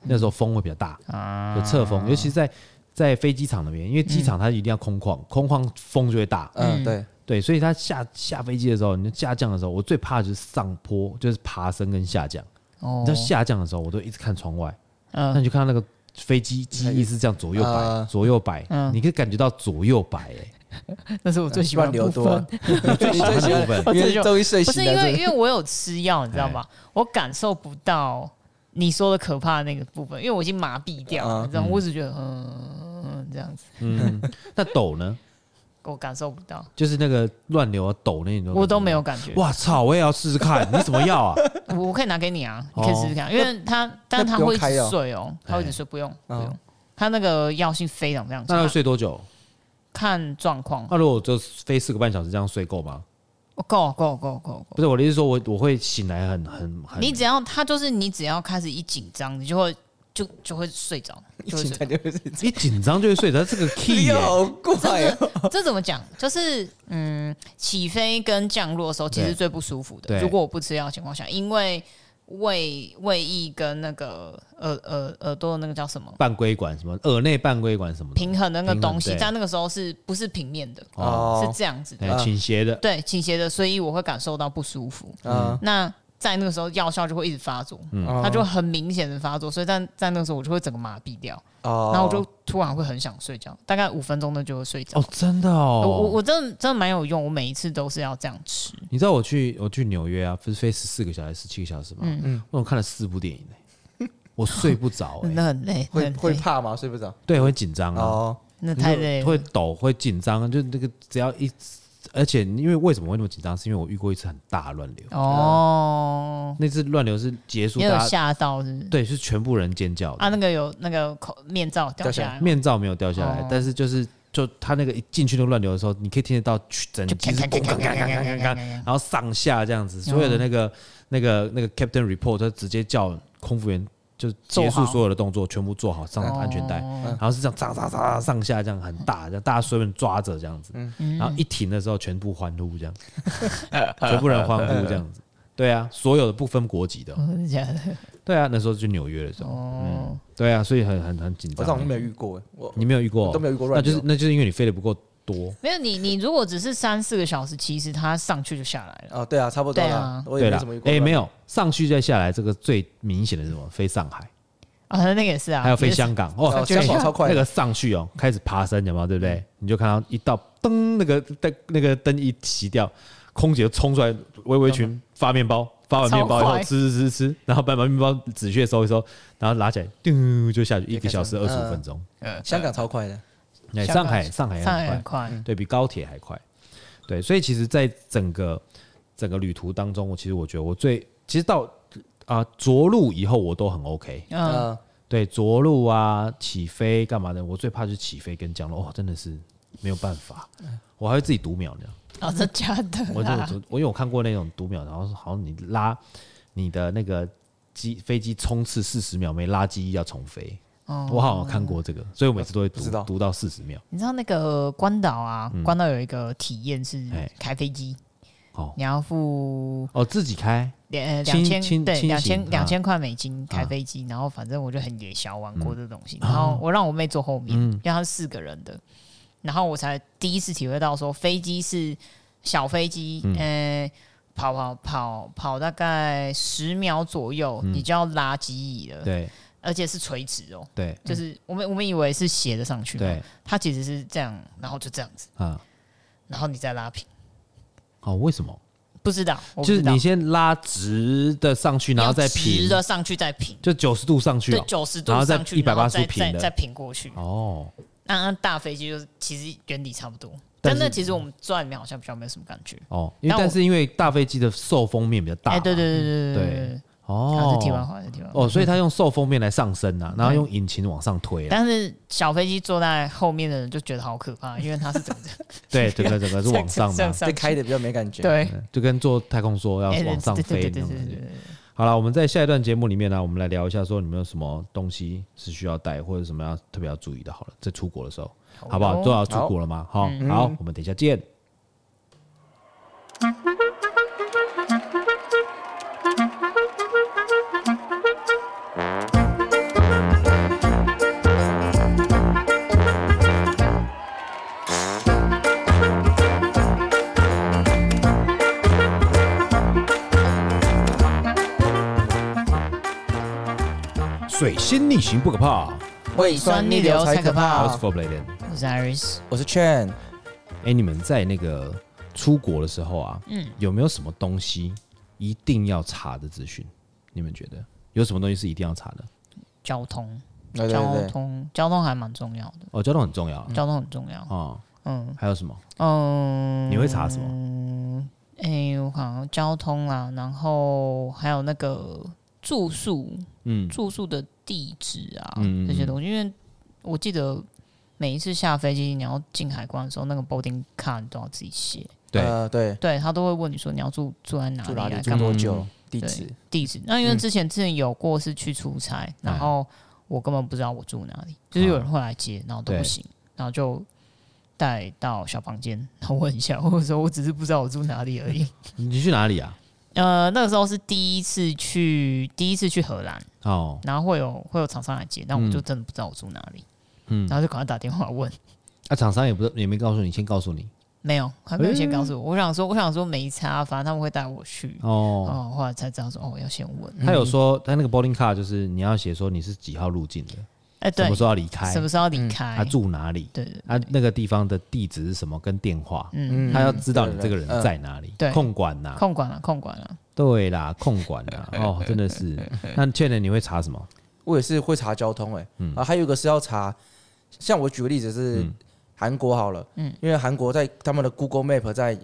那时候风会比较大，
啊，嗯
有侧风，尤其是在在飞机场那边，因为机场它一定要空旷，空旷风就会大。
嗯对，
对，所以他下下飞机的时候，你就下降的时候，我最怕的就是上坡，就是爬升跟下降。
哦
你知道下降的时候，我都一直看窗外，那
嗯
你就看到那个飞机机翼是这样左右摆，
啊
左右摆，
嗯
你可以感觉到左右摆、欸。
那是我最喜欢的
流
部
多
分
啊，，你最喜欢
的部分
我
因
真的
为
就
终于睡
不是
醒
因
了，
为
是
因为我有吃药，你知道吗？我感受不到你说的可怕的那个部分，因为我已经麻痹掉了，
啊
你知道吗，我只觉得嗯这样子，
嗯，那抖呢？
我感受不到，
就是那个乱流啊抖那种，
我都没有感觉。
哇操！我也要试试 看，你什么药啊？
我我可以拿给你啊，你可以试试看，因为它，但它
那不用
会一直
开哦
睡哦，它会一直
哎
睡，不用不
哦
用，它那个药性非常非常
那要
强，
睡多久？
看状况，
那如果我就飞四个半小时，这样睡够吗？
哦够够够够够
不，是我的意思，说我我会醒来很很很，
哦你只要它就是你只要开始一紧张，你就会就就会睡着，
一
就会
起
睡着
感觉是
一紧张就会睡着，这个 key 欸耶、
好怪哦。
这怎么讲？就是嗯，起飞跟降落的时候其实
对
最不舒服的。
对
如果我不吃药的情况下，因为胃胃液跟那个耳耳耳朵的那个叫什么
半规管什么耳内半规管什么的，
平衡的那个
嗯平衡
东西，
对
在那个时候是不是平面的？
哦
是这样子的，
哎倾斜的，
对倾斜的，所以我会感受到不舒服。
哦
啊，
那在那个时候，药效就会一直发作，
嗯
他
它就很明显的发作，所以在在那个时候，我就会整个麻痹掉，
哦，
然后我就突然会很想睡觉，大概五分钟呢就会睡着。
哦，真的哦，
我呃我我真的真的蛮有用，我每一次都是要这样吃。
你知道我去我去纽约啊，不是飞十四个小时、十七个小时吗？嗯，我看了四部 电影呢、我睡不着、哎，
那很累，那
会
很
会
累
怕吗？睡不着
对，会紧张啊，
哦，
那
就是
太累了。
会抖，会紧张，啊就那个只要一，而且因为为什么会那么紧张，是因为我遇过一次很大的乱流，
哦，
那次乱流是结束
也有
大家
吓到是不是？
对，是全部人尖叫的
啊，那个有那个口面罩掉
掉
下
下
来吗，
面罩没有掉下来，
哦
但是就是就他那个一进去那个乱流的时候，你可以听得到去整
就
机是
咔咔咔
咣
咔
咣
咔
咣
咔
咣咣
咔
咣
咔，咔
然后上下这样子，
哦
所有的那个那个那个 Captain Report 他直接叫空服员就结
做好
束所有的动作，全部做好上安全带，
哦
嗯
然后是这样上上上上上下这样很大，这样大家随便抓着这样子，
嗯
嗯
然后一停的时候全部欢呼这 样，全部人欢呼这样子，对啊，所有的不分国籍的，
真的假的？
对啊，那时候去纽约的时候，
哦，
对啊，所以很很很紧
我好像
张
没。有遇过，我
你没有遇过哦
我都没有遇过
那
乱
就
流，
是那就是因为你飞得不够多，
没有你，你如果只是三四个小时，其实它上去就下来了。
哦，对啊，差不多
对
啦
啊，
我
对
也
啦
没什么遇，过。
哎，没有上去再下来，这个最明显的是什么？飞上海，
啊，那个也是啊，
还有飞
也是
香港哦，
哦
哎
香港超快的
那个上去哦，开始爬升，有没有？对不对？你就看到一到灯，那个灯那个灯一熄掉，空姐就冲出来围围裙发面包，发完面包以
超
后
快
吃吃吃吃，然后把把面包纸屑收一收，然后拿起来，嘟就下去，一个小时二
嗯
十五分钟。
香港超快的，
哎，
香港
上海上海也
上
很
来
快
很，快，
对比高铁还快。对，所以其实，在整个整个旅途当中，我其实我觉得我最其实到啊、着陆以后我都很 OK。
嗯，
嗯，
对，着陆啊、起飞干嘛的，我最怕就是起飞跟降落，哦，真的是没有办法，
哎
我还会自己读秒呢。
哦，真假的
我就
啦，
我我因为我看过那种读秒，然后好像你拉你的那个机飞机冲刺四十秒没拉机翼要重飞，
哦
我好像有看过这个，所以我每次都会
不知道
读读到四十秒。
你知道那个关岛啊，关岛有一个体验是
哎
开飞机，
哦
你要付
哦，自己开
两呃两
轻
千
轻
对
轻
两
型
千两
啊
千块美金开
啊
飞机，然后反正我就很野小玩过这东
嗯
西，然后我让我妹坐后面，因为她是四个人的，然后我才第一次体会到说飞机是小飞机，
嗯
呃，跑跑跑跑大概十秒左右，你就要拉机翼了，
嗯对
而且是垂直哦，
对
就是我们我们以为是斜的上去，
对，
它其实是这样，然后就这样子，
啊。
然后你再拉平，
哦，为什么？
不知道，我
就
不知
是
道
你先拉直的上去，然后再
要直
平，
的上去再平。
就九十度上去
对
哦。
九十度
然后再
上去，
180
然后
度
再
平
再
的
再平过去。
哦，
那那大飞机就是其实原理差不多，
但
但
是
那其实我们坐在里面好像比较没有什么感觉。
哦，因为
但我
但是因为大飞机的受风面比较大
哎，
嘛，
对对对对对
对
对，它
哦
是，题外话，是嗯题外话。
哦，所以他用受风面来上升啊，然后
对
用引擎往上推啊，
但是小飞机坐在后面的人就觉得好可怕，因为它是整个
对，整个整个是往上
这
的
样
啊，
上
这
去
开的比较没感觉。
对，
嗯就跟坐太空梭要
哎
往上
对对
飞
对
那
对
种
对
感
对
觉。
对对
好了，我们在下一段节目里面呢、我们来聊一下，说你们有什么东西是需要带，或者什么要特别要注意的。好了，在出国的时候，好不好？
哟
都要出国了嘛，好，好，我们等一下见。水星逆行不可怕。
胃酸逆流才可怕
我
好
是 For Bladen。
我是 Iris，
我是 Chen，
哎，你们在那个出国的时候啊，
嗯，
有没有什么东西一定要查的资讯？你们觉得有什么东西是一定要查的？
交通，
对对
交
对，
通，交通还蛮重要的，
哦，交通很重要啊。
交通很重要。
哦，
嗯
还有什么？
嗯，
你会查什么？
哎，我好像交通啦，然后还有那个住宿，
嗯，
住宿的地址啊，
嗯嗯嗯
这些东西，因为我记得每一次下飞机你要进海关的时候，那个 boarding card 你都要自己写，
对
呃对，
对他都会问你说你要住住在哪
住
里
哪
啊，
里？住
干嘛
多久？地
对
址？
地址。那因
嗯
为
哎
之前之前有过是去出差，然后我根本不知道我住哪里，就是有人会来接，然后都不
对
行，然后就带到小房间，然后问一下，或者说我只是不知道我住哪里 而已。
你去哪里啊？
呃，那个时候是第一次去，第一次去荷兰，
哦，
然后会有会有厂商来接，但
嗯
我就真的不知道我住哪里，
嗯，
然后就赶快打电话问，
那厂商也不也没告诉你，先告诉你
没有，还没有先告诉我。我想说，我想说没差，啊反正他们会带我去。
哦。
哦，后来才知道说，哦，要先问。
他嗯有说，他那个 boarding card 就是你要写说你是几号入境的，
哎，
什
对
么，时候要离开
什，么时候要离
嗯
开？
他住哪里，
对对
他那个地方的地址是什么，跟电话，
嗯，
他要知道你这个人
对对对嗯
在哪里
对。
控管啊呐，
控管了，控管了。
对啦，控管呐，哦，真的是。那确认你会查什么？
我也是会查交通哎、
嗯
啊，还有一个是要查，像我举个例子是韩国好了，嗯，因为韩国在他们的 Google Map 在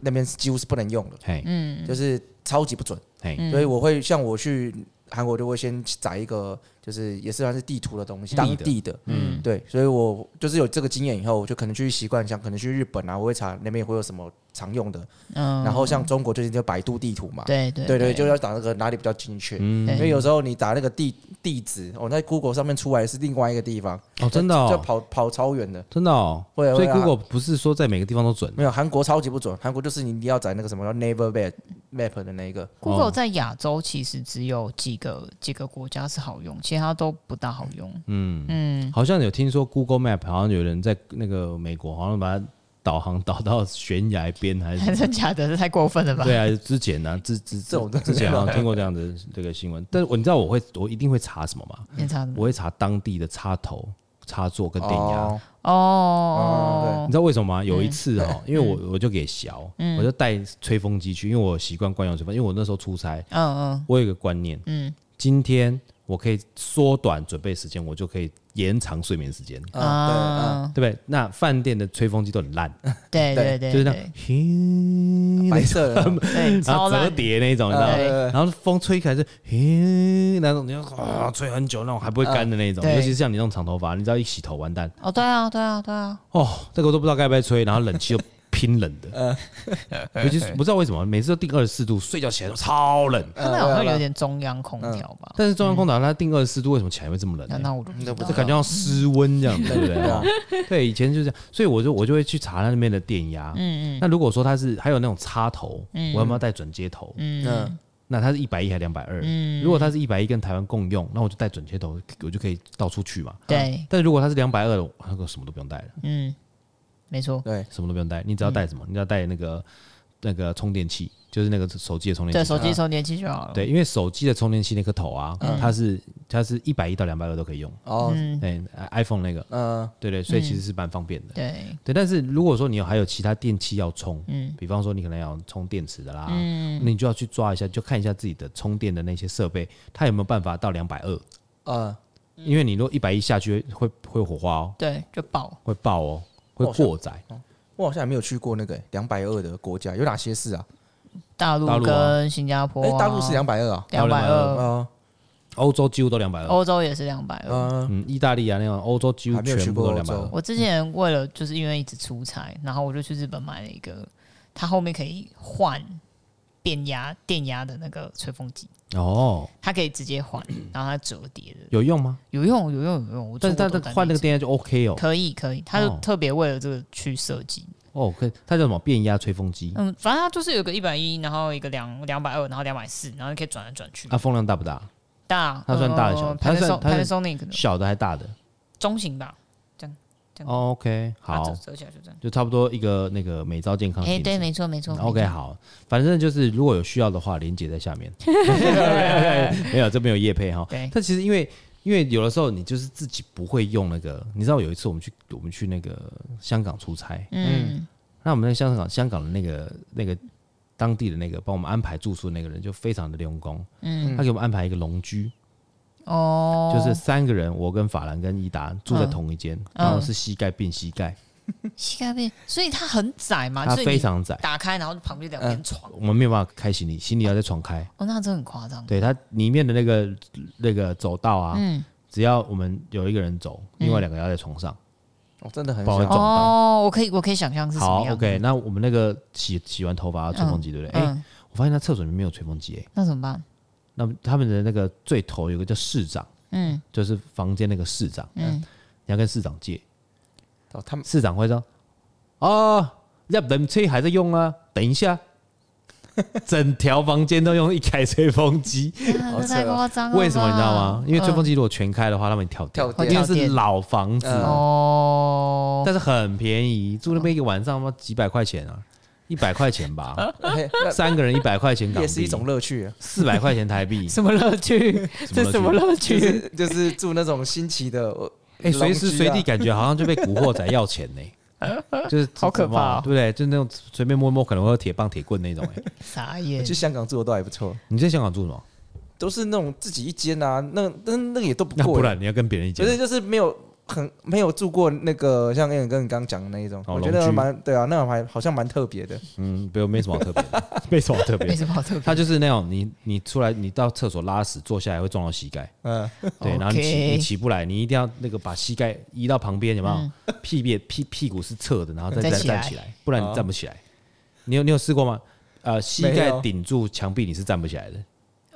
那边几乎是不能用的，
嘿，
嗯
就是超级不准，
嗯嘿，
所以我会像我去韩国就会先载一个，就是也是算是地图的东西，
地的
当地的，
嗯，
对，所以我就是有这个经验以后，我就可能去习惯，像可能去日本啊，我会查那边会有什么常用的，
嗯，
然后像中国就是就百度地图嘛，
对对
对对，就要打那个哪里比较精确，
嗯
对
因为有时候你打那个地地址，哦，在 Google 上面出来是另外一个地方，
哦，真的
就
哦，
跑跑超远的。
真的哦。
会啊
所以
会啊
Google 不是说在每个地方都准
没有韩国超级不准，韩国就是你一定要载那个什么叫 Neighbor Map Map 的那一个，
Google
哦
在亚洲其实只有几个几个国家是好用，其他都不大好用。嗯嗯，
好像有听说 Google Map 好像有人在那个美国，好像把它导航导到悬崖边还是
真的假的？这太过分了吧？
对啊，之前呢、之之
这种东西
之前好像听过这样的这个新闻，但是我你知道我会我一定会查什么吗？
你查什么？
我会查当地的插头、插座跟电压。
哦
哦嗯
你，知道为什么吗？有一次哦，因为我我就给小，我就带吹风机去，因为我习惯惯用吹风，因为我那时候出差，
嗯嗯
我有一个观念，
嗯
今天我可以缩短准备时间，我就可以延长睡眠时间，
嗯，
哦
对，嗯，，
对不对？那饭店的吹风机都很烂，
对对
对
对，
就是那
对
样，嘿
白色的，
对，
然
超
后折
烂，
叠那一种，你知道吗？
对
呃，
然后风吹起来是，嘿，那种你要啊吹很久那种还不会干的那种，
对
尤其是像你那种长头发，你知道一洗头完蛋
哦，对啊，对啊，对啊，
哦，这个我都不知道该不该吹，然后冷气又拼冷
呃
的，尤其是不知道为什么每次都定二十四度，睡觉起来都超冷。
它那好像有点中央空调吧？
但是中央空调它定二十四度，为什么起来会这么冷
那
呢？
那我就不知
那不
道
这感觉像失温这样 子，对不对？
对啊
哦对，以前就是这样，所以我就我就会去查它那边的电压。
嗯
那如果说它是还有那种插头，
嗯
我要不要带转接头？
嗯
嗯
那它是一百一还两百二？
嗯，
如果它是一百一跟台湾共用，那我就带准接头，我就可以到处去嘛。
对，
但如果它是两百二的，那个什么都不用带了，
嗯，没错，
对，
什么都不用带，你只要带什么？你只要带那个那个充电器，就是那个手机的充
对，
电器。
手机充电器就好了。
对，因为手机的充电器那颗头啊，它是它是一百一到两百二都可以用。
哦，
嗯，
对，iPhone 那个，
嗯，
对对，所以其实是蛮方便的。
对，
对，但是如果说你有还有其他电器要充，
嗯
比方说你可能要充电池的啦，
嗯
那你就要去抓一下，就看一下自己的充电的那些设备，它有没有办法到两百二。
嗯，
因为你如果一百一下去会会火花哦，
对，就爆。
会爆哦，会过载。
我好像还没有去过那个欸两百二的国家，有哪些市啊？
大陆
大陆啊
跟新加坡、
哎，大陆是两百二啊，
两百二，
嗯
欧洲几乎都两百二，
欧洲也是两百二。
嗯，
嗯，意大利啊那种欧洲几乎
还没有去
全部
过
都
欧
两百
洲
二。
我之前为了就是因为一直出差，然后我就去日本买了一个，它后面可以换变压电压的那个吹风机，
哦，
它可以直接换，然后它折叠的，
有用吗？
有用有用有用。我
但是
做
它
过
这
都带
换那个
种
电压就 OK 哦，
可以可以，它就
哦
特别为了这个去设计。
哦，可以，它叫什么变压吹风机？
嗯，反正它就是有个一百一，然后一个两两百二，然后两百四，然后你可以转来转去。
啊，风量大不大？
大，
它算大的小
呃
它算它算
Panasonic 的
小的还大的？
中型吧，
哦 OK，
它
好
折，折起来啊就这样。
就差不多一个那个美招健康。
哎，对，。没错没错。
OK，啊
没错
好，反正就是如 果有需要的话，连接在下面。没有，这边有叶配哈。
对
但其实因为因为有的时候你就是自己不会用那个，你知道有一次我们去我们去那个香港出差，
嗯，
那我们那个香港香港的那个那个当地的那个帮我们安排住宿的那个人就非常的用功，嗯，他给我们安排一个龙居，
哦，
就是三个人，我跟法兰跟伊达住在同一间，
嗯
然后是膝盖并膝盖，
膝盖变，所以它很窄嘛，
它
啊所以
非
你
常嗯窄，
打开，然后旁边两边床，
我们没有办法开行李，行李要在床开，
哦，那真的很夸张，
对它里面的那个那个走道啊，
嗯，
只要我们有一个人走，另外两个要在床上。
哦，真的很
不好意
小
思撞到
哦，我可以，我可以想象是什
好
么样子
，OK，那我们那个洗洗完头发要吹风机，对不对？哎、
嗯，
我发现他厕所里面没有吹风机、哎，
那怎么办？
那么他们的那个最头有个叫市长，
嗯
就是房间那个市长，
嗯，
你要跟市长借，
哦，他们
市长会说：“哦，那冷气还在用啊，等一下。” 整条房间都用一台吹风 机，
啊这太夸张了吧，
哦为什么你知道吗？因为吹风
机
机如果全开的话，他们跳电，
跳
会
因
电
为
跳电
是老房子，
嗯
哦，
但是很便宜，住那边一个晚上嘛几百块钱啊，一百块钱吧，
嘿那
三个人一百块 钱港
也是一
币，
种乐趣，啊
四百块钱台币，
嗯什么乐趣？这什么乐
就
趣？
是 就是住那种新奇的，我
哎，随
龙
时
居啊
随地感觉好像就被古惑仔要钱呢、就是
好可怕哦
对不对？就那种随便摸一摸可能会有铁棒、铁棍那种、哎，
傻眼
去，香港住的都还不错，
你在香港住什么？
都是那种自己一间啊，那那那个也都不
那
过
不
瘾，
然你要跟别人一起
不。是就是没有很没有住过那个像 a 跟你刚刚讲的那一种，
哦
我觉得
龙居
蛮对啊，那种还好像蛮特别的，
嗯，没有，没什么好特别的，没什么好特别
没
的。
什么好特别
他。就是那种你你出来你到厕所拉屎坐下来会撞到膝盖，
嗯，
对，然后你起
OK
你起不来，你一定要那个把膝盖移到旁边，有没有？屁屁屁屁股是侧的，然后再
再
站
起来
站起来，不然你
哦
站不起来。你有你有试过吗？呃，膝
没
盖
有
顶住墙壁你是站不起来的，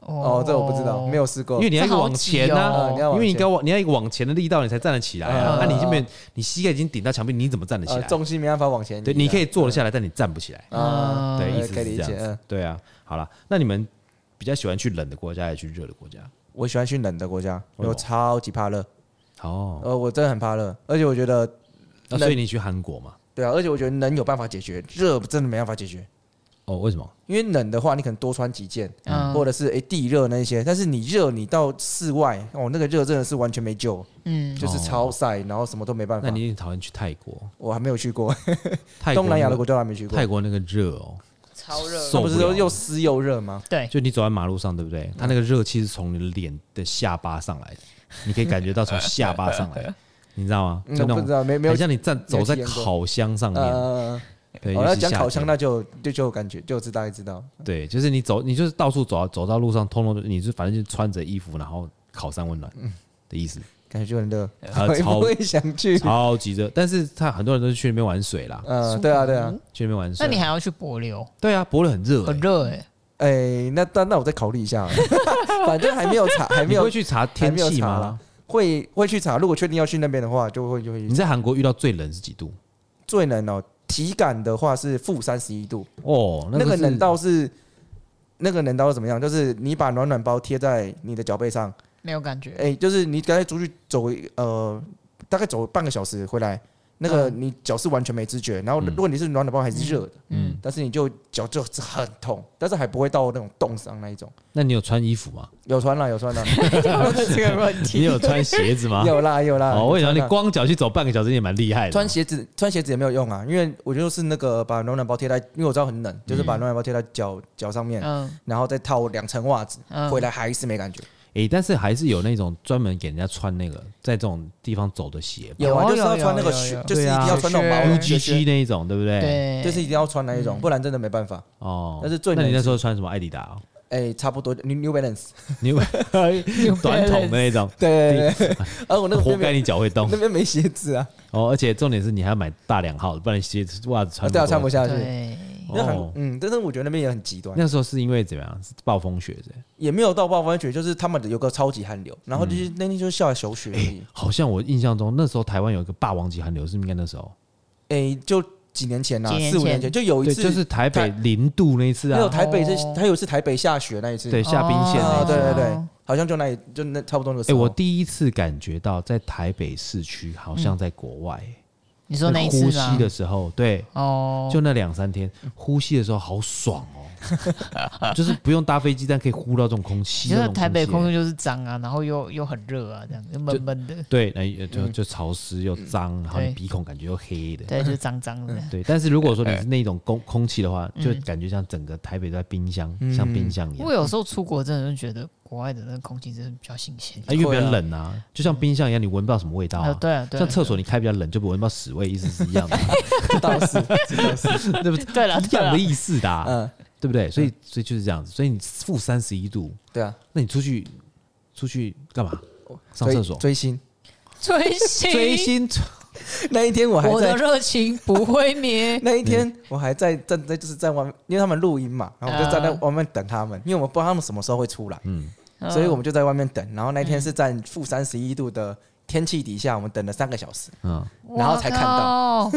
哦，这我不知道，没有试过
因为，你要一
这
个
好
往
挤
前
哦
啊
嗯你要，
因
往
为你
前
要往你要一个往前的力道你才站得起来啊。
嗯
那你这边你膝盖已经顶到墙壁，你怎么站得起
呃，
来？
重心没办法往前移啊，
对，你可以坐得下来，但你站不起来。
啊，
对，
嗯
意思
可以
是
理
这样
解
子
嗯。
对啊，好了，那你们比较喜欢去冷的国家，还是去热的国家？
我喜欢去冷的国家，
为什么
我超级怕热，
哦，
呃，我真的很怕热，而且我觉得
那
冷
所以你去韩国嘛？
对啊，而且我觉得冷有办法解决，热真的没办法解决。
哦，为什么？
因为冷的话，你可能多穿几件，
嗯
或者是诶地热那些。但是你热，你到室外哦，那个热真的是完全没救，
嗯，
就是
哦
超晒，然后什么都没办
那
法
你。一定讨厌去泰国？
我还没有去过，
泰国
东南亚
那
的
个
国家我还没去过
泰。国那个热哦，
超热
受
不是
不
说
了啊
又湿又热吗？
对，
就你走在马路上，对不对？它那个热气是从你的脸的下巴上来的，你可以感觉到从下巴上 来，你知道吗？
嗯
就那
我不知
种。
道，没没有
很。哦像你站
没有
走在
体验过
烤箱上面，
呃，
对，
我
尤
要
其
讲
夏
烤箱，
天
那就就就有感觉，就知大概知道。
对，就是你走，你就是到处走啊，走到路上，通通你是反正就穿着衣服，然后烤山温暖的意思，
感觉就很热，
啊
我也
超
不会想去。
超级热。但是他很多人都是去那边玩水啦，
呃，对啊，对啊，
去那边玩水。
那你还要去柏流，
对啊，伯乐很热欸，
很热哎，
哎，那那那我再考虑一下好了， 反正还没有查， 还没
你
有
会去查
还
天
没有
气
查
吗
啦？，会会去查。如果确定要去那边的话，就会就会去
你在韩国遇到最冷是几度？
最冷哦，体感的话是负三十一度，
哦，
那
个
个
是
冷到是那个冷到是怎么样？就是你把暖暖包贴在你的脚背上，
没有感觉，
哎、就是你刚才出去走一呃，大概走半个小时回来，那个你脚是完全没知觉，然后如果你是暖暖包还是热的，
嗯
嗯，但是你就脚就是很痛，但是还不会到那种冻伤那一种。
那你有穿衣服吗？
有穿了，有穿了，
嗯 这个问
你有穿鞋子吗？
有啦，有啦。
哦，我想你
有穿啦啊
光脚去走半个小时也蛮厉害的。
穿鞋子，穿鞋子也没有用啊，因为我就是那个把暖暖包贴在，因为我知道很
嗯
冷，就是把暖暖包贴在脚脚上面，
嗯
然后再套两层袜子，
嗯，
回来还是没感觉。
诶，但是还是有那种专门给人家穿那个在这种地方走的鞋吧，
有啊，
有
就是要
有
穿那个
有有
靴
有，
就是一
对啊
定要穿那种毛
有
绒
U
有
G
靴
G 那一种，对不对？。
对，
就是一定要穿那一
嗯
种，不然真的没办法。
哦，
但是最
那你
冷
那时候穿什么？艾迪达哦，
哎，差不多 New New Balance，
你 短筒的那种，
对对对。而 我那个
活
边
该
没
你脚会动
那边没鞋子啊，
哦。而且重点是你还要买大两号，不然鞋子袜子穿
对啊，
过
穿不。下去。
对，
那很
哦，
嗯，但是我觉得那边也很极端，
那时候是因为怎么样？是暴风雪是不是
也没有到暴风雪，就是他们有个超级寒流，然后
嗯
就是那天就下小雪而已。
好像我印象中那时候台湾有一个霸王级寒流，是不是应该那时候？
哎，就几年前呐
几，年
四五年
前
前就有一
对，
次，
就是台北零度那一次
没有
啊，
台北是
哦，
还有一次台北下雪那一次，
对，下冰线那
啊，
一次
对
啊。
对对
哦，
好像就那一就那差不多那个
哎、
时候。
我第一次感觉到在台北市区好像在国外、欸
嗯你说那一次
呼
吗
吸？的时候，对，
哦，
就那两三天，呼吸的时候好爽哦， 就是不用搭飞机，但可以呼到这种空气。
觉
那
得
种
台北空
气
气就是脏啊，然后又又很热啊，这样又闷闷的，
对，那也就就潮湿又脏，然后你
嗯对
鼻孔感觉又黑的。
对，就脏脏的。
对，但是如果说你是那种空空气的话，就
嗯
感觉像整个台北都在冰箱，
嗯
像冰箱一样
我。有时候出国真的就觉得国外的那个空气真的比较新鲜。
啊因为比
会
较
啊
冷啊，就像冰箱一样，你闻不到什么味道
呃，
啊。
对啊，对啊
像，厕所你开比较冷，就闻不到屎味，意思是一样的，
这倒是，这倒是，
对不对？
对啊了，
一
对
样
了
的，意思的啊，
嗯，
对不对？所以，所以就是这样子。所以你负三十一度，
对啊，
那你出去出去干嘛？ 上
追
厕所
哦追星。
追星，
追，星
那一天我还
我的
在，。
热情不会灭
嗯
那一天我还在站在就是在外面，因为他们录音嘛，然后我就站在
啊
外面等他们，因为我们不知道他们什么时候会出来，
嗯
所以我们就在外面等。然后那天是在负三十一度的天气底下，我们等了三个小时。
嗯，
然后才看
到，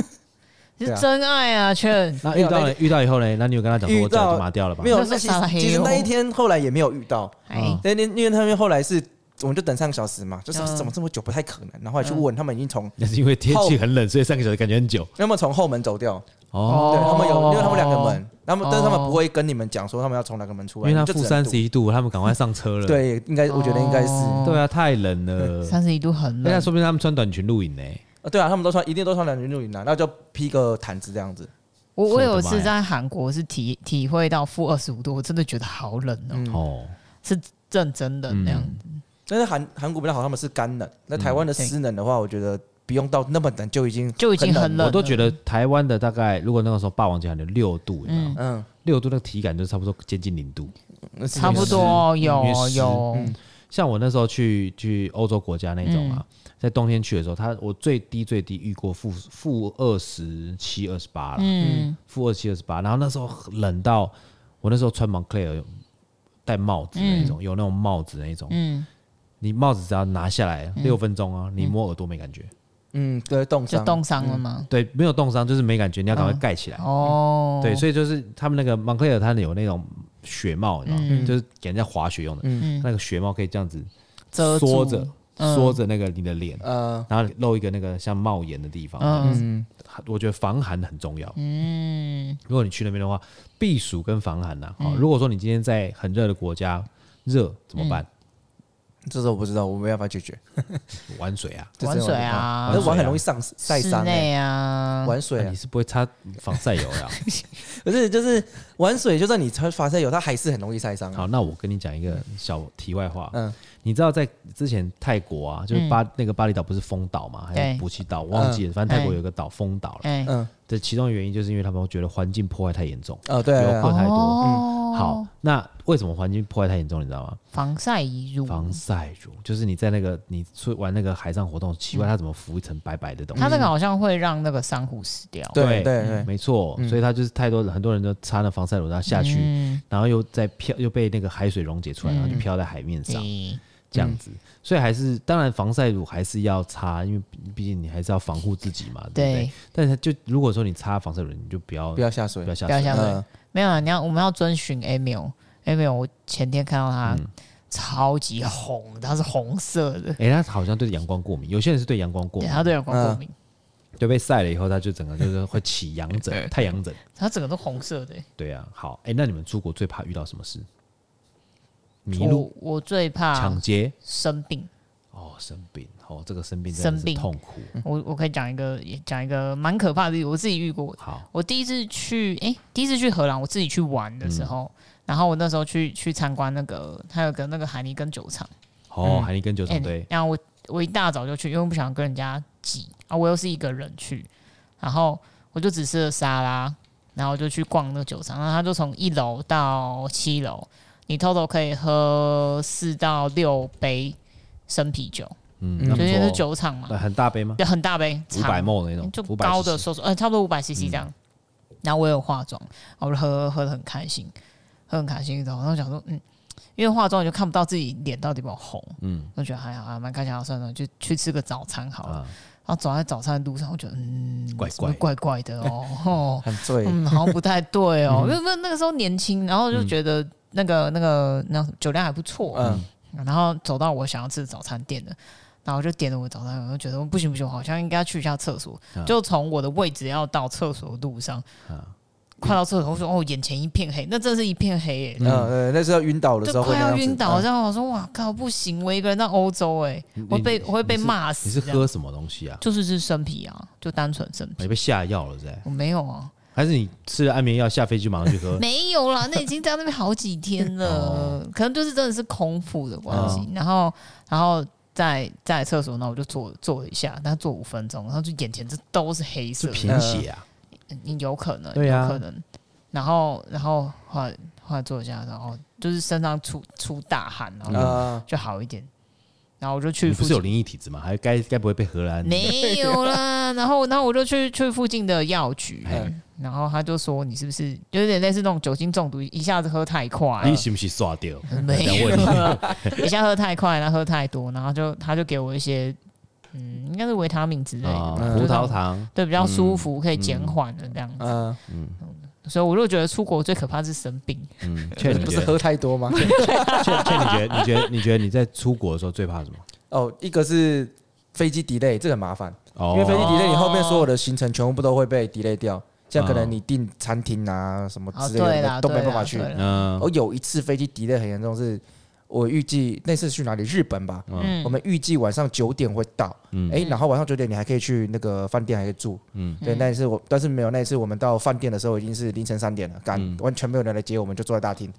是
对啊
真爱啊，劝
那
没
遇
有
到
那
了遇到以后呢？那你有跟他讲说
遇
我脚
到
就麻掉了吧？
没有，
那
那
是
其
撒了
实
黑
其实
哟
那一天后来也没有遇到，
哎，
那天因为他们后来是，我们就等三个小时嘛，就是
嗯哦
怎么这么久不太可能。然后后来去问他们，已经从
那是因为天气很冷，所以三个小时感觉很久。
要么从后门走掉，
哦，
对他们有，因为他们两个
哦
门，他们但是他们
哦
不会跟你们讲说他们要从哪个门出
因
来，
为他
你就
负
只能
三
读
十一度，他们赶快上车了。，
对，应该我觉得应该是，
哦
对啊，太冷了。哎
三十一度很
那
冷，
说不定他们穿短裙露营呢。
呃对啊，他们都穿一定都穿两件露营啦，那就披个毯子这样子，
我我有一
说得
次
吧
在韩国是体体会到负二十五度，我真的觉得好冷哦、
嗯，
哦，
是正真的那样
嗯
子。
但是韩韩国比较好，他们是干冷，那台湾的湿冷的话，我觉得不用到那么冷就已经
就已经很
很
冷
我都觉得台湾的大概，如果那个时候霸王节还有六度，有没有
嗯，
嗯，
六度那个体感就差不多接近零度。
那是
差不多哦有
因为湿
有，
嗯
像我那时候去去欧洲国家那种啊，
嗯
在冬天去的时候，它我最低最低遇过负负二十七、二十八了，
嗯，
负二七、二十八。然后那时候很冷到我那时候穿 Moncler 有戴帽子那种，有那种帽子那种，
嗯，
你帽子只要拿下来六分钟啊，你摸耳朵没感觉，
嗯，对，冻
就
伤，
冻伤了吗？
对，没有冻伤，就是没感觉，你要赶快盖起
嗯
来。
哦，
对，所以就是他们那个 Moncler 它有那种雪帽，你知道吗？就是给人家滑雪用的，
嗯
那个雪帽可以这样子
遮住
缩着
嗯
缩着那个你的脸。
呃，
然后露一个那个像帽檐的地方。
嗯
嗯，
我觉得防寒很重要。
嗯，
如果你去那边的话，避暑跟防寒呐、啊。好、如果说你今天在很热的国家热怎么办？
这是我不知道，我没办法解决，
嗯
玩水啊，
这是
玩水
啊
啊，
那玩很容易上晒
室
伤欸，
内啊，
玩水
啊
啊
你，是不会擦防晒油的啊、
可是就是玩水，就算你穿防晒油，它还是很容易晒伤。啊
好，那我跟你讲一个小题外话。
嗯
你知道在之前泰国啊，就是巴、那个巴厘岛不是封岛嘛，还
嗯对
有补气岛，忘记了，反正泰国有个岛封岛了。
哎，
嗯，
这其中的原因就是因为他们觉得环境破坏太严重，
哦，对啊，对
游客
啊
太多。
哦
好，那为什么环境破坏太严重？你知道吗？
防晒乳，
防晒乳，就是你在那个你出玩那个海上活动，奇怪它怎么浮一层白白的东西
它？那
嗯
个好嗯像会让那个珊瑚死掉，
对对对，嗯
没错，所以它就是太多人，很多人都擦了防晒乳，然后下去，
嗯
然后又在漂，又被那个海水溶解出来，然后就漂在海面上、
对
这样
嗯
子。所以还是当然防晒乳还是要擦，因为毕竟你还是要防护自己嘛，对不对？
对
但是就如果说你擦防晒乳，你就不要
不要下水
不要，下
不要下
水呃
水
嗯
没有啊，你要我们要遵循 Emil，Emil，我前天看到
嗯
他超级红，他是红色的，
哎、他好像对阳光过敏，有些人是对阳光过
对，
敏，
他对阳光过敏，
就被晒了以后，他就整个就是会起阳疹、太阳疹。
他整个都红色的。欸
对啊，好，哎、那你们出国最怕遇到什么事？
啊
迷路、
我我最怕
抢劫，
生病，
哦，生病，哦，这个生病真的
生
是
病嗯
痛苦。
我我可以讲一个也讲一个蛮可怕的例子，我自己遇过。
好，
我第一次去，哎、第一次去荷兰，我自己去玩的时候，
嗯
然后我那时候去去参观那个，它有个那个海尼根酒厂，
哦，
嗯
海尼根
哎
酒厂对，
然后我我一大早就去，因为我不想跟人家挤啊，我又是一个人去，然后我就只吃了沙拉，然后就去逛那个酒厂，然后他就从一楼到七楼，你偷偷可以喝四到六杯生啤酒，
嗯，
嗯
那
就因为
不
是
错哦，
酒厂嘛，
呃很大杯吗？
对，很大杯，
五百嗯
长
ml 那种，
就
500
高的
cc
说说，呃，差不多五百 CC 这样。然后我有化妆，然后我就喝喝的很开心，喝得很开心，然后然后想说，嗯，因为化妆你就看不到自己脸到底有没有红，嗯，我觉得还好啊，蛮开心啊，算了，就去吃个早餐好了。
啊，
然后走在早餐的路上，我觉得，嗯，
怪
怎么
怪
怪怪的 哦，哦，
很醉，
嗯，好像不太对
嗯
哦，因为因为那个时候年轻，然后就觉得那个、那个那酒量还不错，
嗯
然后走到我想要吃的早餐店了，然后我就点了我早餐，我就觉得不行不行，我好像应该要去一下厕所。
嗯
啊
就从我的位置要到厕所的路上，
啊
快到厕所，我说哦，眼前一片黑，那真是一片黑耶、
嗯呃，那时候晕倒的时
就
候会
快
那样
要
子
晕倒，
嗯
这样我说哇靠，不行，我一个人到欧洲哎、
你
我被
你
我会被
你是
骂
你是
死这样。
喝什么东西啊？
就是是生啤啊，就单纯生啤
你，被下药了是不是？
我没有啊，
还是你吃了安眠药下飞机马上去喝？
没有啊啦，那已经在那边好几天
哦
了，可能就是真的是空腹的关
啊
系。然后，然后在在厕所，那我就坐坐了一下，但坐五分钟，然后就眼前这都是黑
是
色的，
贫血啊？
嗯有可能，
对啊
有可能。然后，然后后来后来坐一下，然后就是身上出出大汗，然后
啊，
就好一点。然后我
呃
就去
嗯你
附
不是有啊
近，
灵异体质吗？还该该不会被荷 兰？
没有啦。然后，然后我就去去附近的药局，
哎
然后他就说你是不是就有点类似那种酒精中毒，一下子喝太快，
你是不是刷掉？
没
两位
有，一下喝太快，然后喝太多，然后就他就给我一些，嗯，应该是维他命之类的
啊
吧，，
葡
嗯
就那
萄
种
糖
对比较舒服，可以减缓的这样子。
嗯，
所以我就觉得出国最可怕是生病，
嗯，劝你
不
觉
是
得，
喝太多吗？
劝劝你觉得，你觉得你觉得你在出国的时候最怕什么？
哦，一个是飞机 delay，这个很麻烦，因为飞机
哦，
delay，你后面所有的行程全部都会被 delay 掉，像可能你订餐厅啊什么
哦，
之
对
类
啦，
的都没
对
办
啦
法去。
对啦
嗯
我有一次飞机 delay 很严重，是我预计那次去哪里？日本吧。
嗯
我们预计晚上九点会到，
嗯
哎，然后晚上九点你还可以去那个饭店还可以住，
嗯
对。那一次我，但是没有那一次我们到饭店的时候已经是凌晨三点了，赶
嗯
完全没有人来接我们，就坐在大厅，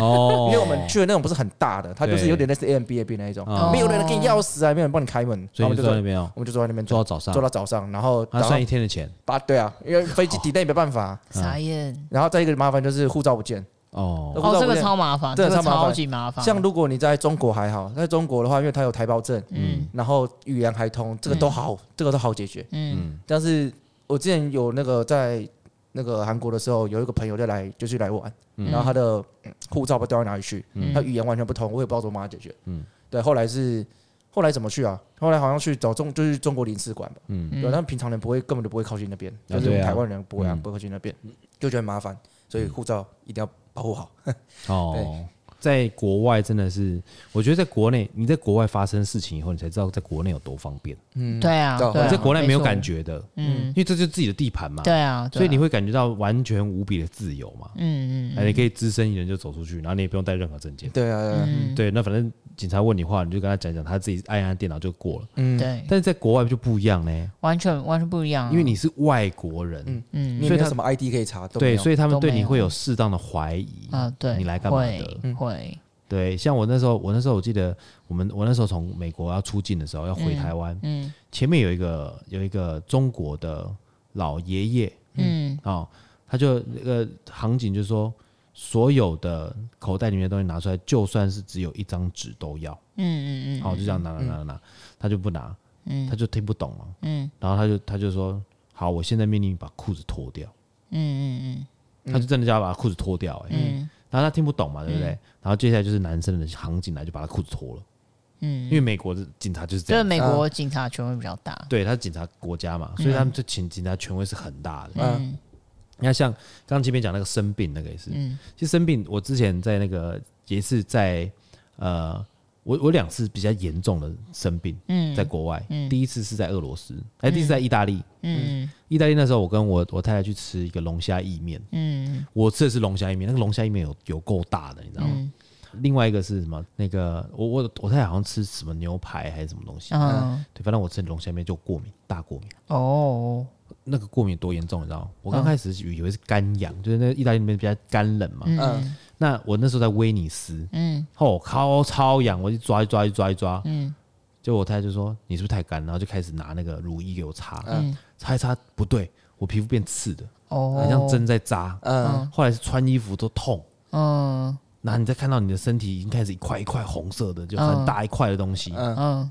哦
因为我们去的那种不是很大的，它就是
对
有点类似 A M B A B 那一种，
哦
没有人给你钥匙啊，没有人帮你开门，
所
然
以
后
你就
我们就坐
在那，边哦，
我们就坐在那边
坐到
坐
早上啊
坐，到早上，然后
他
然后
算一天的钱
八对啊，因为飞机 delay 没办法，
傻眼。
然后再一个麻烦就是护照不见，
哦，
护
哦，
照
这
不
个
见。
超麻烦，
这
这
个超
个
麻烦
超级麻烦。
像如果你在中国还好，在中国的话，因为它有台胞证，
嗯
然后语言还通，这个都好，这个都好解决。
嗯
嗯
但是我之前有那个在那个韩国的时候，有一个朋友就来就去来玩，
嗯
然后他的嗯护照不知道掉到哪里去，
嗯
他语言完全不通，我也不知道怎么帮他解决。
嗯
嗯，对，后来是后来怎么去啊？后来好像去找中就是中国领事馆吧。
嗯，
对，但平常人不会，根本就不会靠近那边，
啊
就是我
对
们
啊
台湾人不会啊，
嗯
不会靠近那边，就觉得很麻烦，所以护照一定要保护好。
哦。在国外真的是，我觉得在国内，你在国外发生事情以后，你才知道在国内有多方便。
嗯，
对啊，
对
对啊
你在国内没有
错
感觉的，
嗯
因，为这就是自己的地盘嘛。
对啊，对啊
所以你会感觉到完全无比的自由嘛。
嗯嗯
哎，你可以只身一人就走出去，然后你也不用带任何证件。
对啊，对啊
嗯，
对，那反正警察问你话，你就跟他讲讲，他自己哎按一按电脑就过了。
嗯，
对，
但是在国外就不一样呢，
完全完全不一样啊，
因为你是外国人
嗯，
嗯啊
你也没有什么 ID 可以查，都没
对，
有
所以他们对你
都没有
会有适当的怀疑。
啊对，
你来干嘛的
会会
对，像我那时候，我那时候我记得，我们我那时候从美国要出境的时候，要回台湾，
嗯
前面有一个有一个中国的老爷爷
嗯
哦，他就那个航警就说，所有的口袋里面的东西拿出来，就算是只有一张纸都要。哦
嗯嗯嗯，
好，就这样拿拿拿拿拿，他就不拿，
嗯
他就听不懂了，
嗯
然后他就他就说，好，我现在命令你把裤子脱掉，
嗯嗯
他就真的叫他把裤子脱掉、欸，
嗯
然后他听不懂嘛，对不对？然后接下来就是男生的行进来就把他裤子脱了，
嗯
因为美国的警察就是这
就是
样，
美国警察权威比较大，
对，他是警察国家嘛，所以他们就请警察权威是很大的。
嗯
你看，像刚刚前面讲那个生病那个也是，
嗯
其实生病我之前在那个也是在呃，我我两次比较严重的生病，
嗯，
在国外，
嗯
第一次是在俄罗斯，哎、第一次在意大利。
嗯
意大利那时候，我跟我我太太去吃一个龙虾意面，
嗯
我吃的是龙虾意面，那个龙虾意面有有够大的，你知道吗？
嗯
另外一个是什么？那个我我我太太好像吃什么牛排还是什么东西，
嗯
对，反正我吃龙虾面就过敏，大过敏。嗯
哦
那个过敏有多严重，你知道吗？我刚开始以为是干痒，就是那个意大利那边比较干冷嘛。
嗯
那我那时候在威尼斯，
嗯
哦，超超痒，我就抓一抓一抓一抓，
嗯
结果我太太就说你是不是太干，然后就开始拿那个乳液给我擦，
嗯
擦一擦不对，我皮肤变刺的，
哦，
很像针在扎。
嗯，
后来是穿衣服都痛，
嗯
然后你再看到你的身体已经开始一块一块红色的，就很大一块的东西，
嗯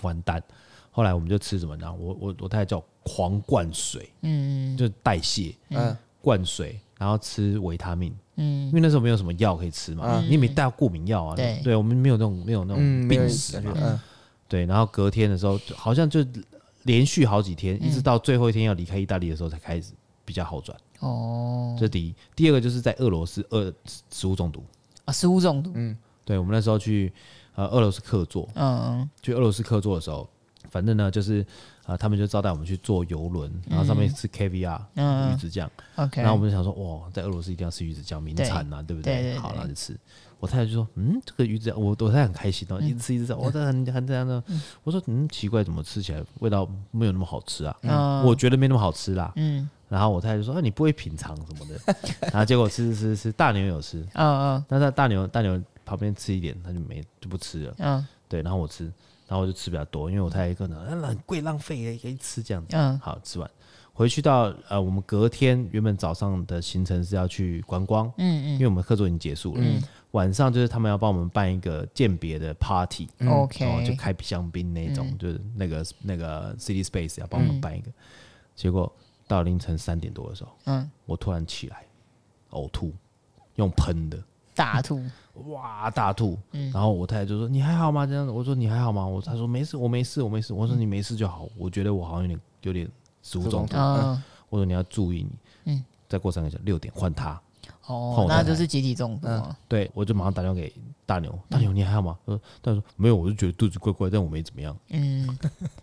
完蛋。后来我们就吃什么呢？我我我太太叫我狂灌水，
嗯
就是代谢，
嗯
灌水，然后吃维他命，因
嗯
为那时候没有什么药可以吃嘛，你也没带过敏药啊，
对
对，我们没有那种没有那
嗯，
种
没
病
有人
史嘛，
嗯
对，然后隔天的时候，就好像就连续好几天，一
嗯
直到最后一天要离开意大利的时候才开始比较好转。
哦
这是第一，第二个就是在俄罗斯，俄食物中毒，
啊，食物中毒，
对我们那时候去呃俄罗斯客座，
嗯
去俄罗斯客座的时候，反正呢就是呃他们就招待我们去坐游轮，然后上面吃 KVR、
嗯
鱼子酱，
，OK，
然后我们就想说哇，在俄罗斯一定要吃鱼子酱名产呐、对不
对对对
好，那就吃。我太太就说：“嗯，这个鱼子酱，我我太太很开心哦，
嗯
一直吃一直吃，我这很很这样的。”我说：“嗯，奇怪，怎么吃起来味道没有那么好吃啊？
嗯
我觉得没那么好吃啦。
嗯
然后我太太就说：“啊，你不会品尝什么的。”然后结果吃吃吃吃，大牛有吃，
嗯嗯
但是大牛大牛旁边吃一点，他就没就不吃了。
嗯
对，然后我吃，然后我就吃比较多，因为我太太一个人，啊那很贵，浪费了，可以吃这样子。
嗯
好，吃完回去到呃，我们隔天原本早上的行程是要去观光，因
嗯
为我们课桌已经结束了，晚上就是他们要帮我们办一个鉴别的 party，
嗯
然后就
，OK，
开香槟那种，
嗯
就是那个那个 City Space 要帮我们办一个，结果到凌晨三点多的时候，
嗯，
我突然起来呕吐，用喷的，
大吐，
哇大吐，
嗯
然后我太太就说你还好吗？这样子，我说你还好吗？我她说没事，我没事，我没事。我说你没事就好，我觉得我好像有点有点食物
食物
中
中
毒
毒。
嗯
我说你要注意你，
嗯
再过三个小时六点换他。
哦，那就是集体中毒啊嘛，
对，我就马上打电话给大牛，
嗯
大牛你还好吗？他说大牛说没有，我就觉得肚子怪怪，但我没怎么样。
嗯，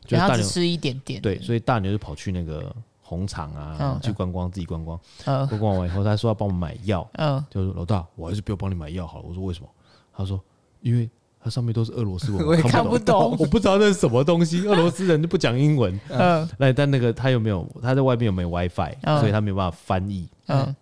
就
然
大
后
牛
只吃一点点，
对，所以大牛就跑去那个红场啊
嗯，
去观光，自己观光，
嗯
观光完以后他说要帮我买药，
嗯，
就说老大，我还是不要帮你买药好了。我说为什么？他说因为它上面都是俄罗斯 文，
我也
看
看不 懂
我不知道那是什么东西。俄罗斯人就不讲英文，
嗯
那但那个他有没有他在外面有没有 WiFi，、
嗯
所以他没有办法翻译。
嗯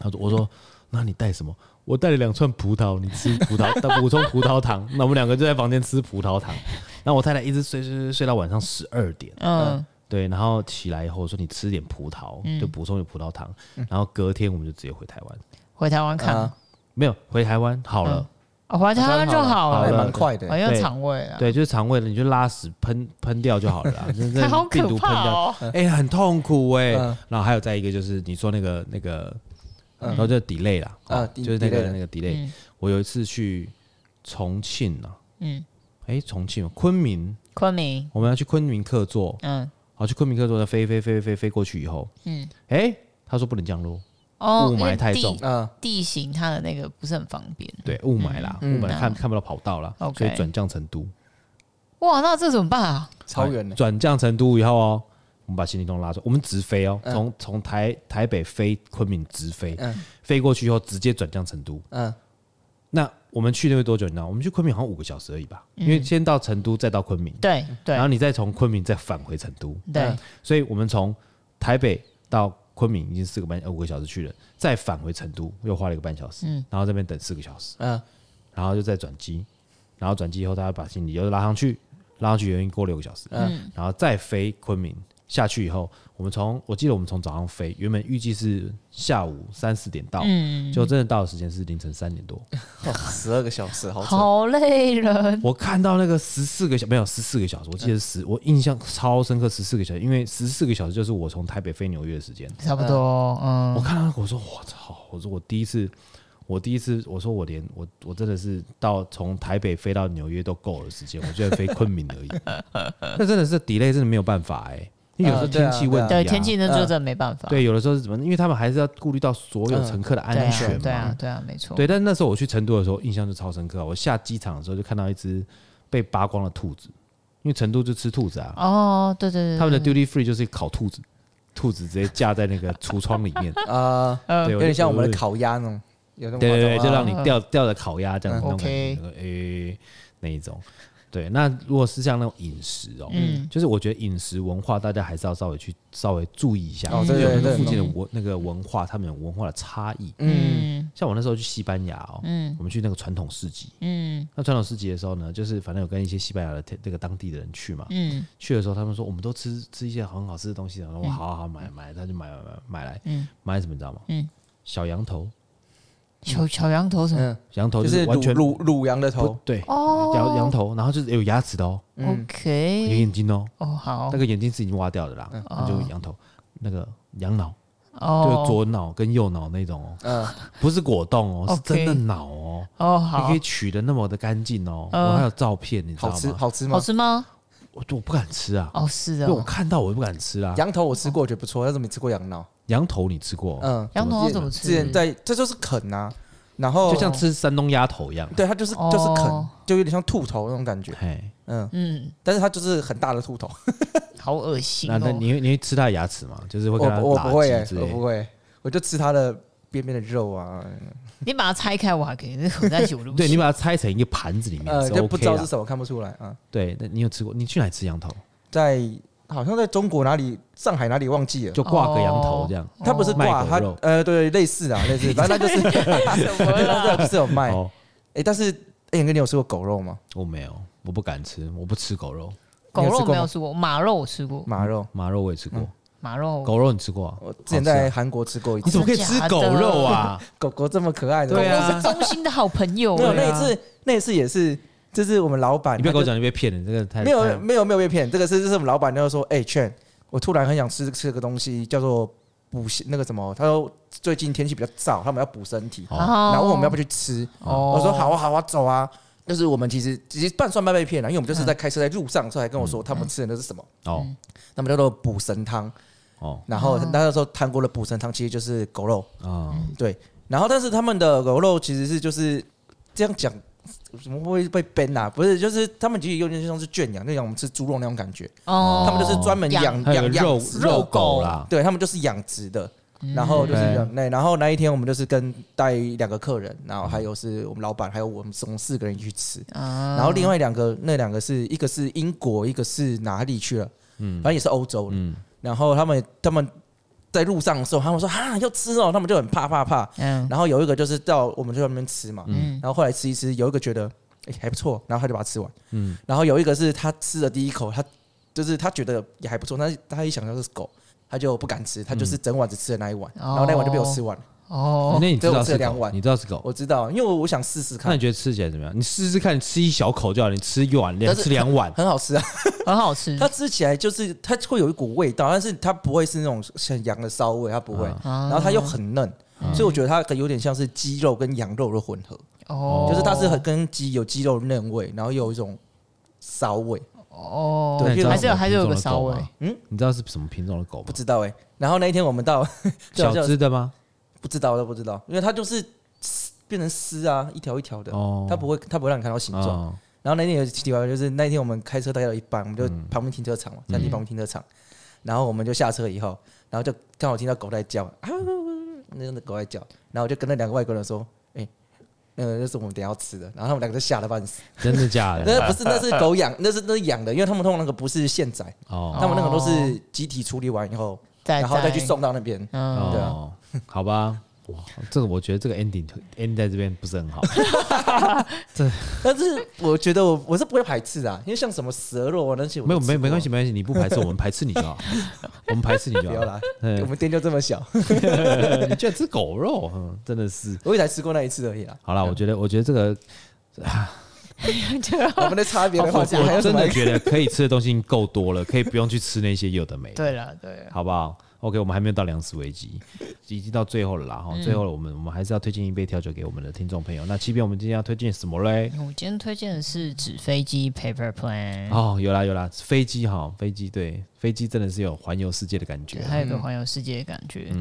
他说我说那你带什么？我带了两串葡萄，你吃葡 萄，他补充葡萄糖。那我们两个就在房间吃葡萄糖。然后我太太一直睡睡睡睡到晚上十二点，
嗯
对，然后起来以后我说你吃点葡萄，就补充点葡萄糖。然后隔天我们就直接回台湾，
回台湾看，
啊，
没有回台湾好了。
哦，回台湾就好
好
那也
了
了，
蛮快的
好。像肠胃啊，
对，就是肠胃的，你就拉屎喷喷掉就好了啦，啊 真的
好
病
可
毒喷
怕
掉，
哦，
哎、很痛苦哎、
嗯
然后还有再一个就是你说那个那个，
嗯
然后就 delay 啦，
啊
哦
，de-
就是那
delay
个
了
那个 delay、
嗯
我有一次去重庆啊，
嗯，
哎、重庆昆明，
昆明，
我们要去昆明客座，
嗯
好去昆明客座，飞飞飞飞飞飞过去以后，
嗯，
哎、他说不能降落，
哦，
雾
因
霾
为
太
地
重
嗯，
地形它的那个不是很方便。
对，雾霾啦，雾、
嗯
霾
嗯
看看不到跑道啦，
OK
所以转降成都，
哇，那这怎么办啊？
超远的，
转降成都以后哦，我们把行李通拉出来，我们直飞哦，从从台台北飞昆明直飞，
嗯
飞过去以后直接转降成都。
嗯
那我们去那边多久？你知道？我们去昆明好像五个小时而已吧，因
嗯
为先到成都，再到昆明，
对对
然后你呃再从昆明再返回成都，
对
嗯，
所以我们从台北到昆明已经四个半呃五个小时去了，再返回成都又花了一个半小时，
嗯
然后这边等四个小时，
嗯，
然后就再转机，然后转机以后大家把行李又拉上去，拉上去原因过六个小时，
嗯
然后再飞昆明下去以后，我们从我记得我们从早上飞，原本预计是下午三四点到，
嗯，
就真的到的时间是凌晨三点多，
十二个小时，好扯。
好累了。
我看到那个十四个小没有十四个小时，我记得十、我印象超深刻十四个小时，因为十四个小时就是我从台北飞纽约的时间，
差不多，
呃我
嗯，
看到那个我说我操，我说我第一次。我第一次，我说我连我我真的是到从台北飞到纽约都够了时间，我居然飞昆明而已， 那真的是 delay 真的没有办法哎、因为有时候
嗯对
天
啊
气问题、啊
对，天气呢就真的没办法。
对，有的时候是怎么，因为他们还是要顾虑到所有乘客的安
对
全
啊，
嘛，
对啊，对啊，没错。
对，但那时候我去成都的时候，印象就超深刻。我下机场的时候就看到一只被扒光的兔子，因为成都就吃兔子啊，
哦，对对对，
他们的 duty free 就是烤兔子，兔子直接架在那个橱窗里面，
啊，
嗯
对，
有
有
点像我们的烤鸭那种，啊有那么
对对对，
夸
就
张
让
吗
你吊吊着烤鸭这样子
嗯
那种感觉
OK
那个诶那一种。对，那如果是像那种饮食哦，
嗯
就是我觉得饮食文化大家还是要稍微去稍微注意一下，
哦
就
对
是有那
对
个
对
附近的文那个文化，他们有文化的差异。
嗯
嗯
像我那时候去西班牙哦，
嗯
我们去那个传统市集，
嗯
那传统市集的时候呢，就是反正有跟一些西班牙的这个当地的人去嘛，
嗯
去的时候他们说我们都吃吃一些很好吃的东西，啊然后我好好好买买，他就买买买买来
嗯，
买什么你知道吗？
嗯
小羊头，
小小羊头什么？
嗯，
羊头
就
就是
是
完
乳
全
乳乳羊的
不
头，
对，
哦
羊羊头，然后就是有牙齿的哦，
嗯嗯
有
OK，
眼睛哦，
哦好
那，个眼睛是已经挖掉的啦，那就羊头，那个羊脑，就
哦
是左脑跟右脑那种哦，
嗯，
不是果冻哦，是真
OK
的脑哦，
哦
你
好
可以，取的那么的干净哦，
嗯
我还有照片，你知道
好吃
吗？
好吃吗
好？吃吗？
我我不敢吃啊，
哦是
因为我
哦，
看到我就不敢吃啦。
羊头我吃过，我觉得不错，但是没吃过羊脑。
羊头你吃过？
嗯，
羊头要
之
哦怎么
之前
吃？
在这就是啃啊，然后
就像吃山东鸭头一样。
对它就是就是啃
哦，
就有点像兔头那种感觉，
嘿，
嗯，
嗯，
但是它就是很大的兔头，
好恶心
那那
哦。
你会你会吃它的牙齿吗？就是会
我
跟它
不我
打
不会
击
欸
之，
我
类
不
的。
会，我就吃它的边边的肉啊，
你把它拆开，我还可以，那合在一起我就不
对你
行
把它拆成一个盘子里面
呃，
是
就不
OK
知道是
的。
什么，看不出来啊。
对，那你有吃过？你去哪里吃羊头？
在好像在中国哪里，上海哪里忘记了。
就挂个羊
哦
头这样。
它不是挂，
哦卖狗
它
肉
呃，对，类 似啊，类似，反正它就是，
什么
它
啦？
不是有卖。
哦，
哎，但是哎，哥，你有吃过狗肉吗？
我没有，我不敢吃，我不吃狗肉，
狗
你有吃
肉
过
没
吗
有吃过，马肉我吃过，
马肉，
马肉我也吃过，
嗯
马肉
狗肉你吃
哦
过啊？
我之前在韩国吃过一
你
次。
怎么可以吃狗肉 啊？
狗狗这么可爱的，
对啊
我是忠心的好朋友
没有
欸。
那一次，那一次也是，就是我们老板，
你不要跟我
他
讲你被骗了，这个太
就，没有嗯
太
没有没有被骗，这个是就是我们老板就说，哎，劝我突然很想吃吃个东西，叫做补那个什么，他说最近天气比较燥，他们要补身体，
哦
然
然
后问我们要不要去吃，
哦
我说好啊好啊走啊。就是我们其实其实半算半被骗了，因为我们就是
嗯
在开车在路上的时候还跟我说他们吃的那是什么，
哦
他们叫做补神汤。
哦
然后
哦
那时候韩国的补神汤其实就是狗肉，
啊，
嗯
对，然后但是他们的狗肉其实是就是这样讲，怎么会被 ban 啊？不是，就是他们其实有点像是圈养，就像我们吃猪肉那种感觉，
哦
他们就是专门
养
养
还有个
养
肉
养殖
肉狗
狗
啦，
对他们就是养殖的。然后就是
嗯
这样那，然后那一天我们就是跟带两个客人，然后还有是我们老板，还有我们总共四个人一起去吃。然
然
后另
嗯
外两个那两个是一个是英国，一个是哪里去了？反正也是欧洲的。
嗯
然后他们他们在路上的时候，他们说啊要吃哦，他们就很怕怕怕。
嗯
然后有一个就是到我们就在那边吃嘛，
嗯
然后后来吃一吃，有一个觉得哎、还不错，然后他就把它吃完。
嗯
然后有一个是他吃了第一口，他就是他觉得也还不错，但是他一想到这是狗，他就不敢吃，
嗯
他就是整碗只吃了那一碗，然后那一碗就被我吃完了。
哦，
那你知
对
道
我吃
是
了两
狗，
碗
你知道是狗，
我知道，因为我我想试试
那
看
你，觉得吃起来怎么样？你试试看，你吃一小口就好，你吃一碗两
但是
吃两碗，
很好吃啊。
很好吃
它吃起来就是它会有一股味道，但是它不会是那种像羊的骚味，它 不会。
啊
嗯
然后它又很嫩，所以我觉得它有点像是鸡肉跟羊肉的混合，
哦，
就是它是很跟鸡有鸡肉嫩味，然后又有一种骚味，
哦，
那
对
你知道
还
是
是
什
有
么
还是有
品种
个
的
骚
狗
味
吗，
嗯，
你知道是什么品种的狗吗
不？知道哎、然后那一天我们到， 就好
小
像
只的吗？
不知道都不知道，因为它就是丝变成丝啊，一条一条的，
哦，
它不会它不会让你看到形状。
哦
然后那天有奇怪，就是那天我们开车待到一半，我们就
嗯
旁边停车场嘛，山地旁边停车场，然后我们就下车以后，然后就刚好听到狗在叫，啊，那个狗在叫，然后我就跟那两个外国人说，哎、那个就是我们等一下要吃的，然后他们两个就吓得半死。
真的假的？
那不是，那是狗养， 那是那是养的，因为他们通常那个不是现宰，
哦
他们那个都是集体处理完以后，
再
然后再去，送到那边。
嗯，
对啊
哦，好吧，哇这个我觉得这个 ending end 在这边不是很 好。
但是我觉得我我是不会排斥的、啊，因为像什么蛇肉啊那些我
没
都
有
吃
没没
过
关系，没关系，你不排斥我们排斥你就好， 我们排斥你就
不
好。
要啦，
嗯
我们店就这么小，
你居然吃狗肉，嗯，真的是。
我也才吃过那一次而已啊啦。
好啦，我觉得，我觉得这个，
我们的差别
我
的话讲，还
我
有什
真
么
的？觉得可以吃的东西已经够多了，可以不用去吃那些有的没的，
对了对了，
好不好？OK，我们还没有到粮食危机，已经到最后了啦。
嗯
哈，最后了我们我们还是要推荐一杯调酒给我们的听众朋友。那即便我们今天要推荐什么嘞？
我今天推荐的是纸飞机 paper plane，
哦，有啦有啦，飞机哈，飞机对，飞机真的是有环游世界的感觉啊
对，。还有一个环游世界的感觉。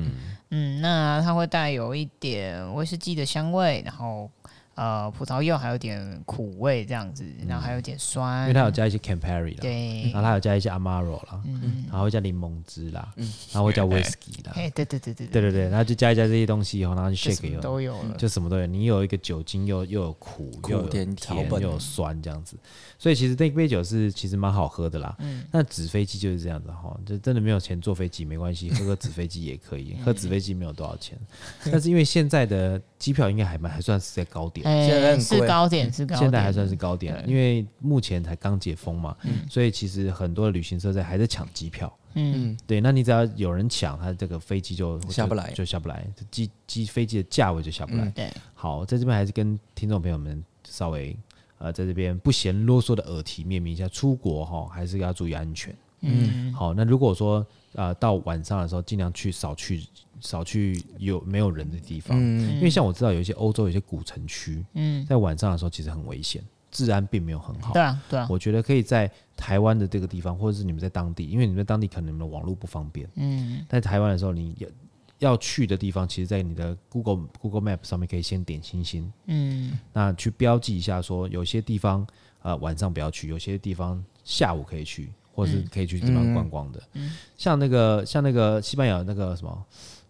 嗯那它会带有一点威士忌的香味，然后呃葡萄柚还有点苦味这样子，然后还有点酸，
因为它有加一些 Campari 啦，
对
然，后它有加一些 Amaro 啦，然后会加柠檬汁啦，然后会加 Whisky 啦，
哎对对对对
对对对，然后就加一加这些东西以后，然后就
就什
shake
么
有
都有了。
就什么都有，你有一个酒精又又有苦，
苦
又有
甜草
甜
本
又有酸这样子，所以其实那杯酒是其实蛮好喝的啦。
嗯
那纸飞机就是这样子哈，就真的没有钱坐飞机没关系，喝个纸飞机也可
嗯
以，喝纸飞机没有多少钱，但是因为现在的机票应该还蛮还算是在高点。
哎
现在很贵
是高点，是高点，
现在还算是高点，因为目前才刚解封嘛，
嗯
所以其实很多的旅行社在还在抢机票。
嗯，
对，那你只要有人抢，他这个飞机就
下不来嗯
就就下不来，机机飞机的价位就下不来。
对，
好，在这边还是跟听众朋友们稍微呃，在这边不嫌啰嗦的耳提面命一下，出国哈还是要注意安全。嗯，好，那如果说呃到晚上的时候，尽量去少去少去有没有人的地方，因为像我知道有一些欧洲有一些古城区，嗯，在晚上的时候其实很危险，治安并没有很好
对。啊，对啊，
我觉得可以在台湾的这个地方，或者是你们在当地，因因为你们在当地可能你们的网络不方便，嗯，在台湾的时候，你也要去的地方，其实在你的 Google Google Map 上面可以先点星星，
嗯，
那去标记一下说有些地方呃晚上不要去，有些地方下午可以去，或是可以去地方逛逛的。
嗯
像那个像那个西班牙那个什么，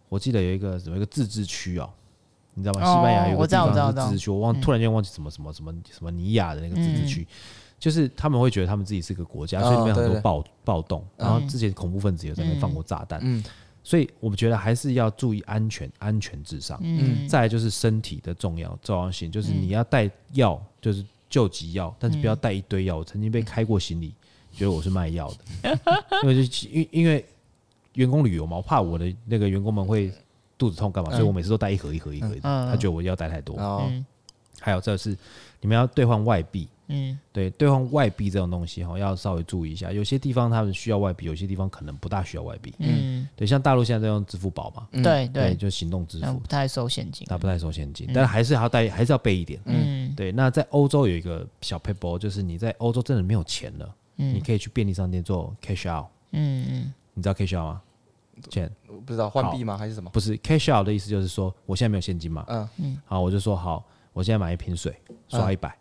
我记得有一个有一个自治区哦。你知道吗？
哦
西班牙有一
我
个
知
地
道
方
我知道
是
嗯
自治区，我忘突然间忘记什么什么什么什么尼亚的那个自治区，就是他们会觉得他们自己是个国家，
哦
所以里面
对
很
嗯
多
对
暴暴动，然后之前恐怖分子有在那边放过炸弹，
嗯
所以我们觉得还是要注意安全，安全至上。
嗯
再来就是身体的重要重要性，就是你要带药，就是救急药，但是不要带一堆药。我曾经被开过行李，觉得我是卖药的，
嗯
因为就因因为员工旅游嘛，我怕我的那个员工们会肚子痛
嗯
干嘛，所以我每次都带一盒一盒一盒的。
嗯
他觉得我药带太多。
哦，
嗯
还有这是你们要兑换外币，
嗯
对，兑换外币这种东西哈，要稍微注意一下。有些地方他们需要外币，有些地方可能不大需要外币。
嗯，
对，像大陆现在在用支付宝嘛，
对
嗯对，
对，
就行动支
那
付
不，太收现金，
它不太收现金，但还是要带，还是要备一点。
嗯
对，那在欧洲有一个小 p a p e 就是你在欧洲真的没有钱了，你可以去便利商店做 cash out。
嗯
你知道 cash out 吗？钱
我不知道换币吗还是什么？
不是 cash out 的意思，就是说我现在没有现金嘛，
嗯
好，我就说好，我现在买一瓶水，刷一百、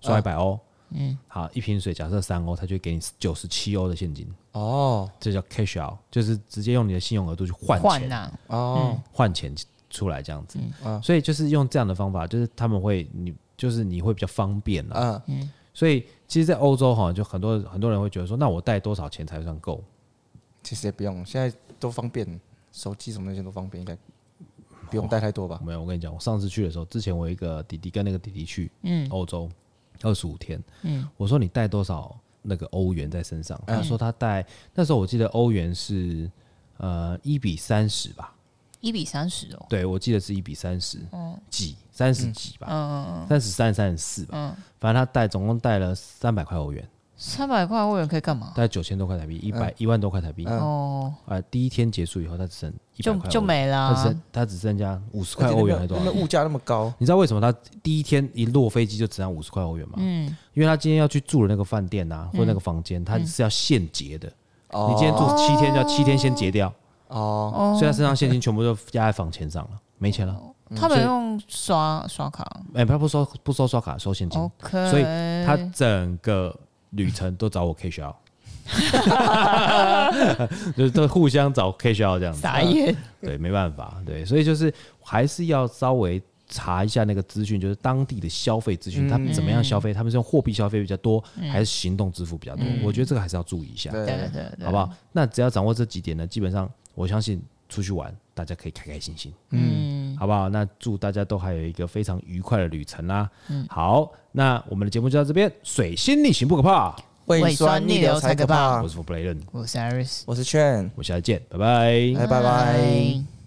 刷一百欧，嗯，好，一瓶水假设三欧，他就给你九十七欧的现金，
哦
这叫 cash out，就是直接用你的信用额度去换
嗯，换
钱，
呐，
哦
换钱出来这样子，
嗯
所以就是用这样的方法，就是他们会你就是你会比较方便啦，
嗯
所以其实，在欧洲哈，就很多很多人会觉得说，那我带多少钱才算够？
其实也不用，现在都方便，手机什么那些都方便，应该不用带太多吧？
哦没有，我跟你讲，我上次去的时候，之前我有一个弟弟跟那个弟弟去
嗯
欧洲二十五天，我说你带多少那个欧元在身上？
嗯
他说他带那时候我记得欧元是呃一比三十吧，
一比三十哦，
对我记得是一比三十几三十几吧，
嗯，
三十三三十四吧，反正他带总共带了三百块欧元，
三百块欧元可以干嘛？
大概九千多块台币，一
嗯
百一万多块台币。
哦，
啊，第一天结束以后，他只剩一百
就
块欧
就
元
没啊啦
他只剩他只剩下五十块欧元还是多
而且那
少
边？物价那么高，
你知道为什么他第一天一落飞机就只剩五十块欧元吗？
嗯，
因为他今天要去住的那个饭店啊，或那个房间，他是要现结的。
哦
嗯
你今天住七天，就要七天先结掉，
哦
所以他身上现金全部都压在房钱上了，没钱了。
他们用刷刷卡
哎，他不收不收刷卡，收现金，
，OK，
所以他整个旅程都找我 K 学校， 就是都互相找 K 学校这样子。
傻眼，
对，没办法，对，所以就是还是要稍微查一下那个资讯，就是当地的消费资
嗯
讯，他们怎么样消费，他们是用货币消费比较多，还是行动支付比较多？我觉得这个还是要注意一下，
嗯对对对对，
呃好不好？那只要掌握这几点呢，基本上我相信出去玩大家可以开开心心，
嗯，
好不好？那祝大家都还有一个非常愉快的旅程啦。
嗯
好，那我们的节目就到这边，水星逆行不可怕，
胃酸逆流才可怕
我。是 f o r b l a y e n
我是 Iris，
我是 Chen，
我们下次见，拜拜
哎，拜拜。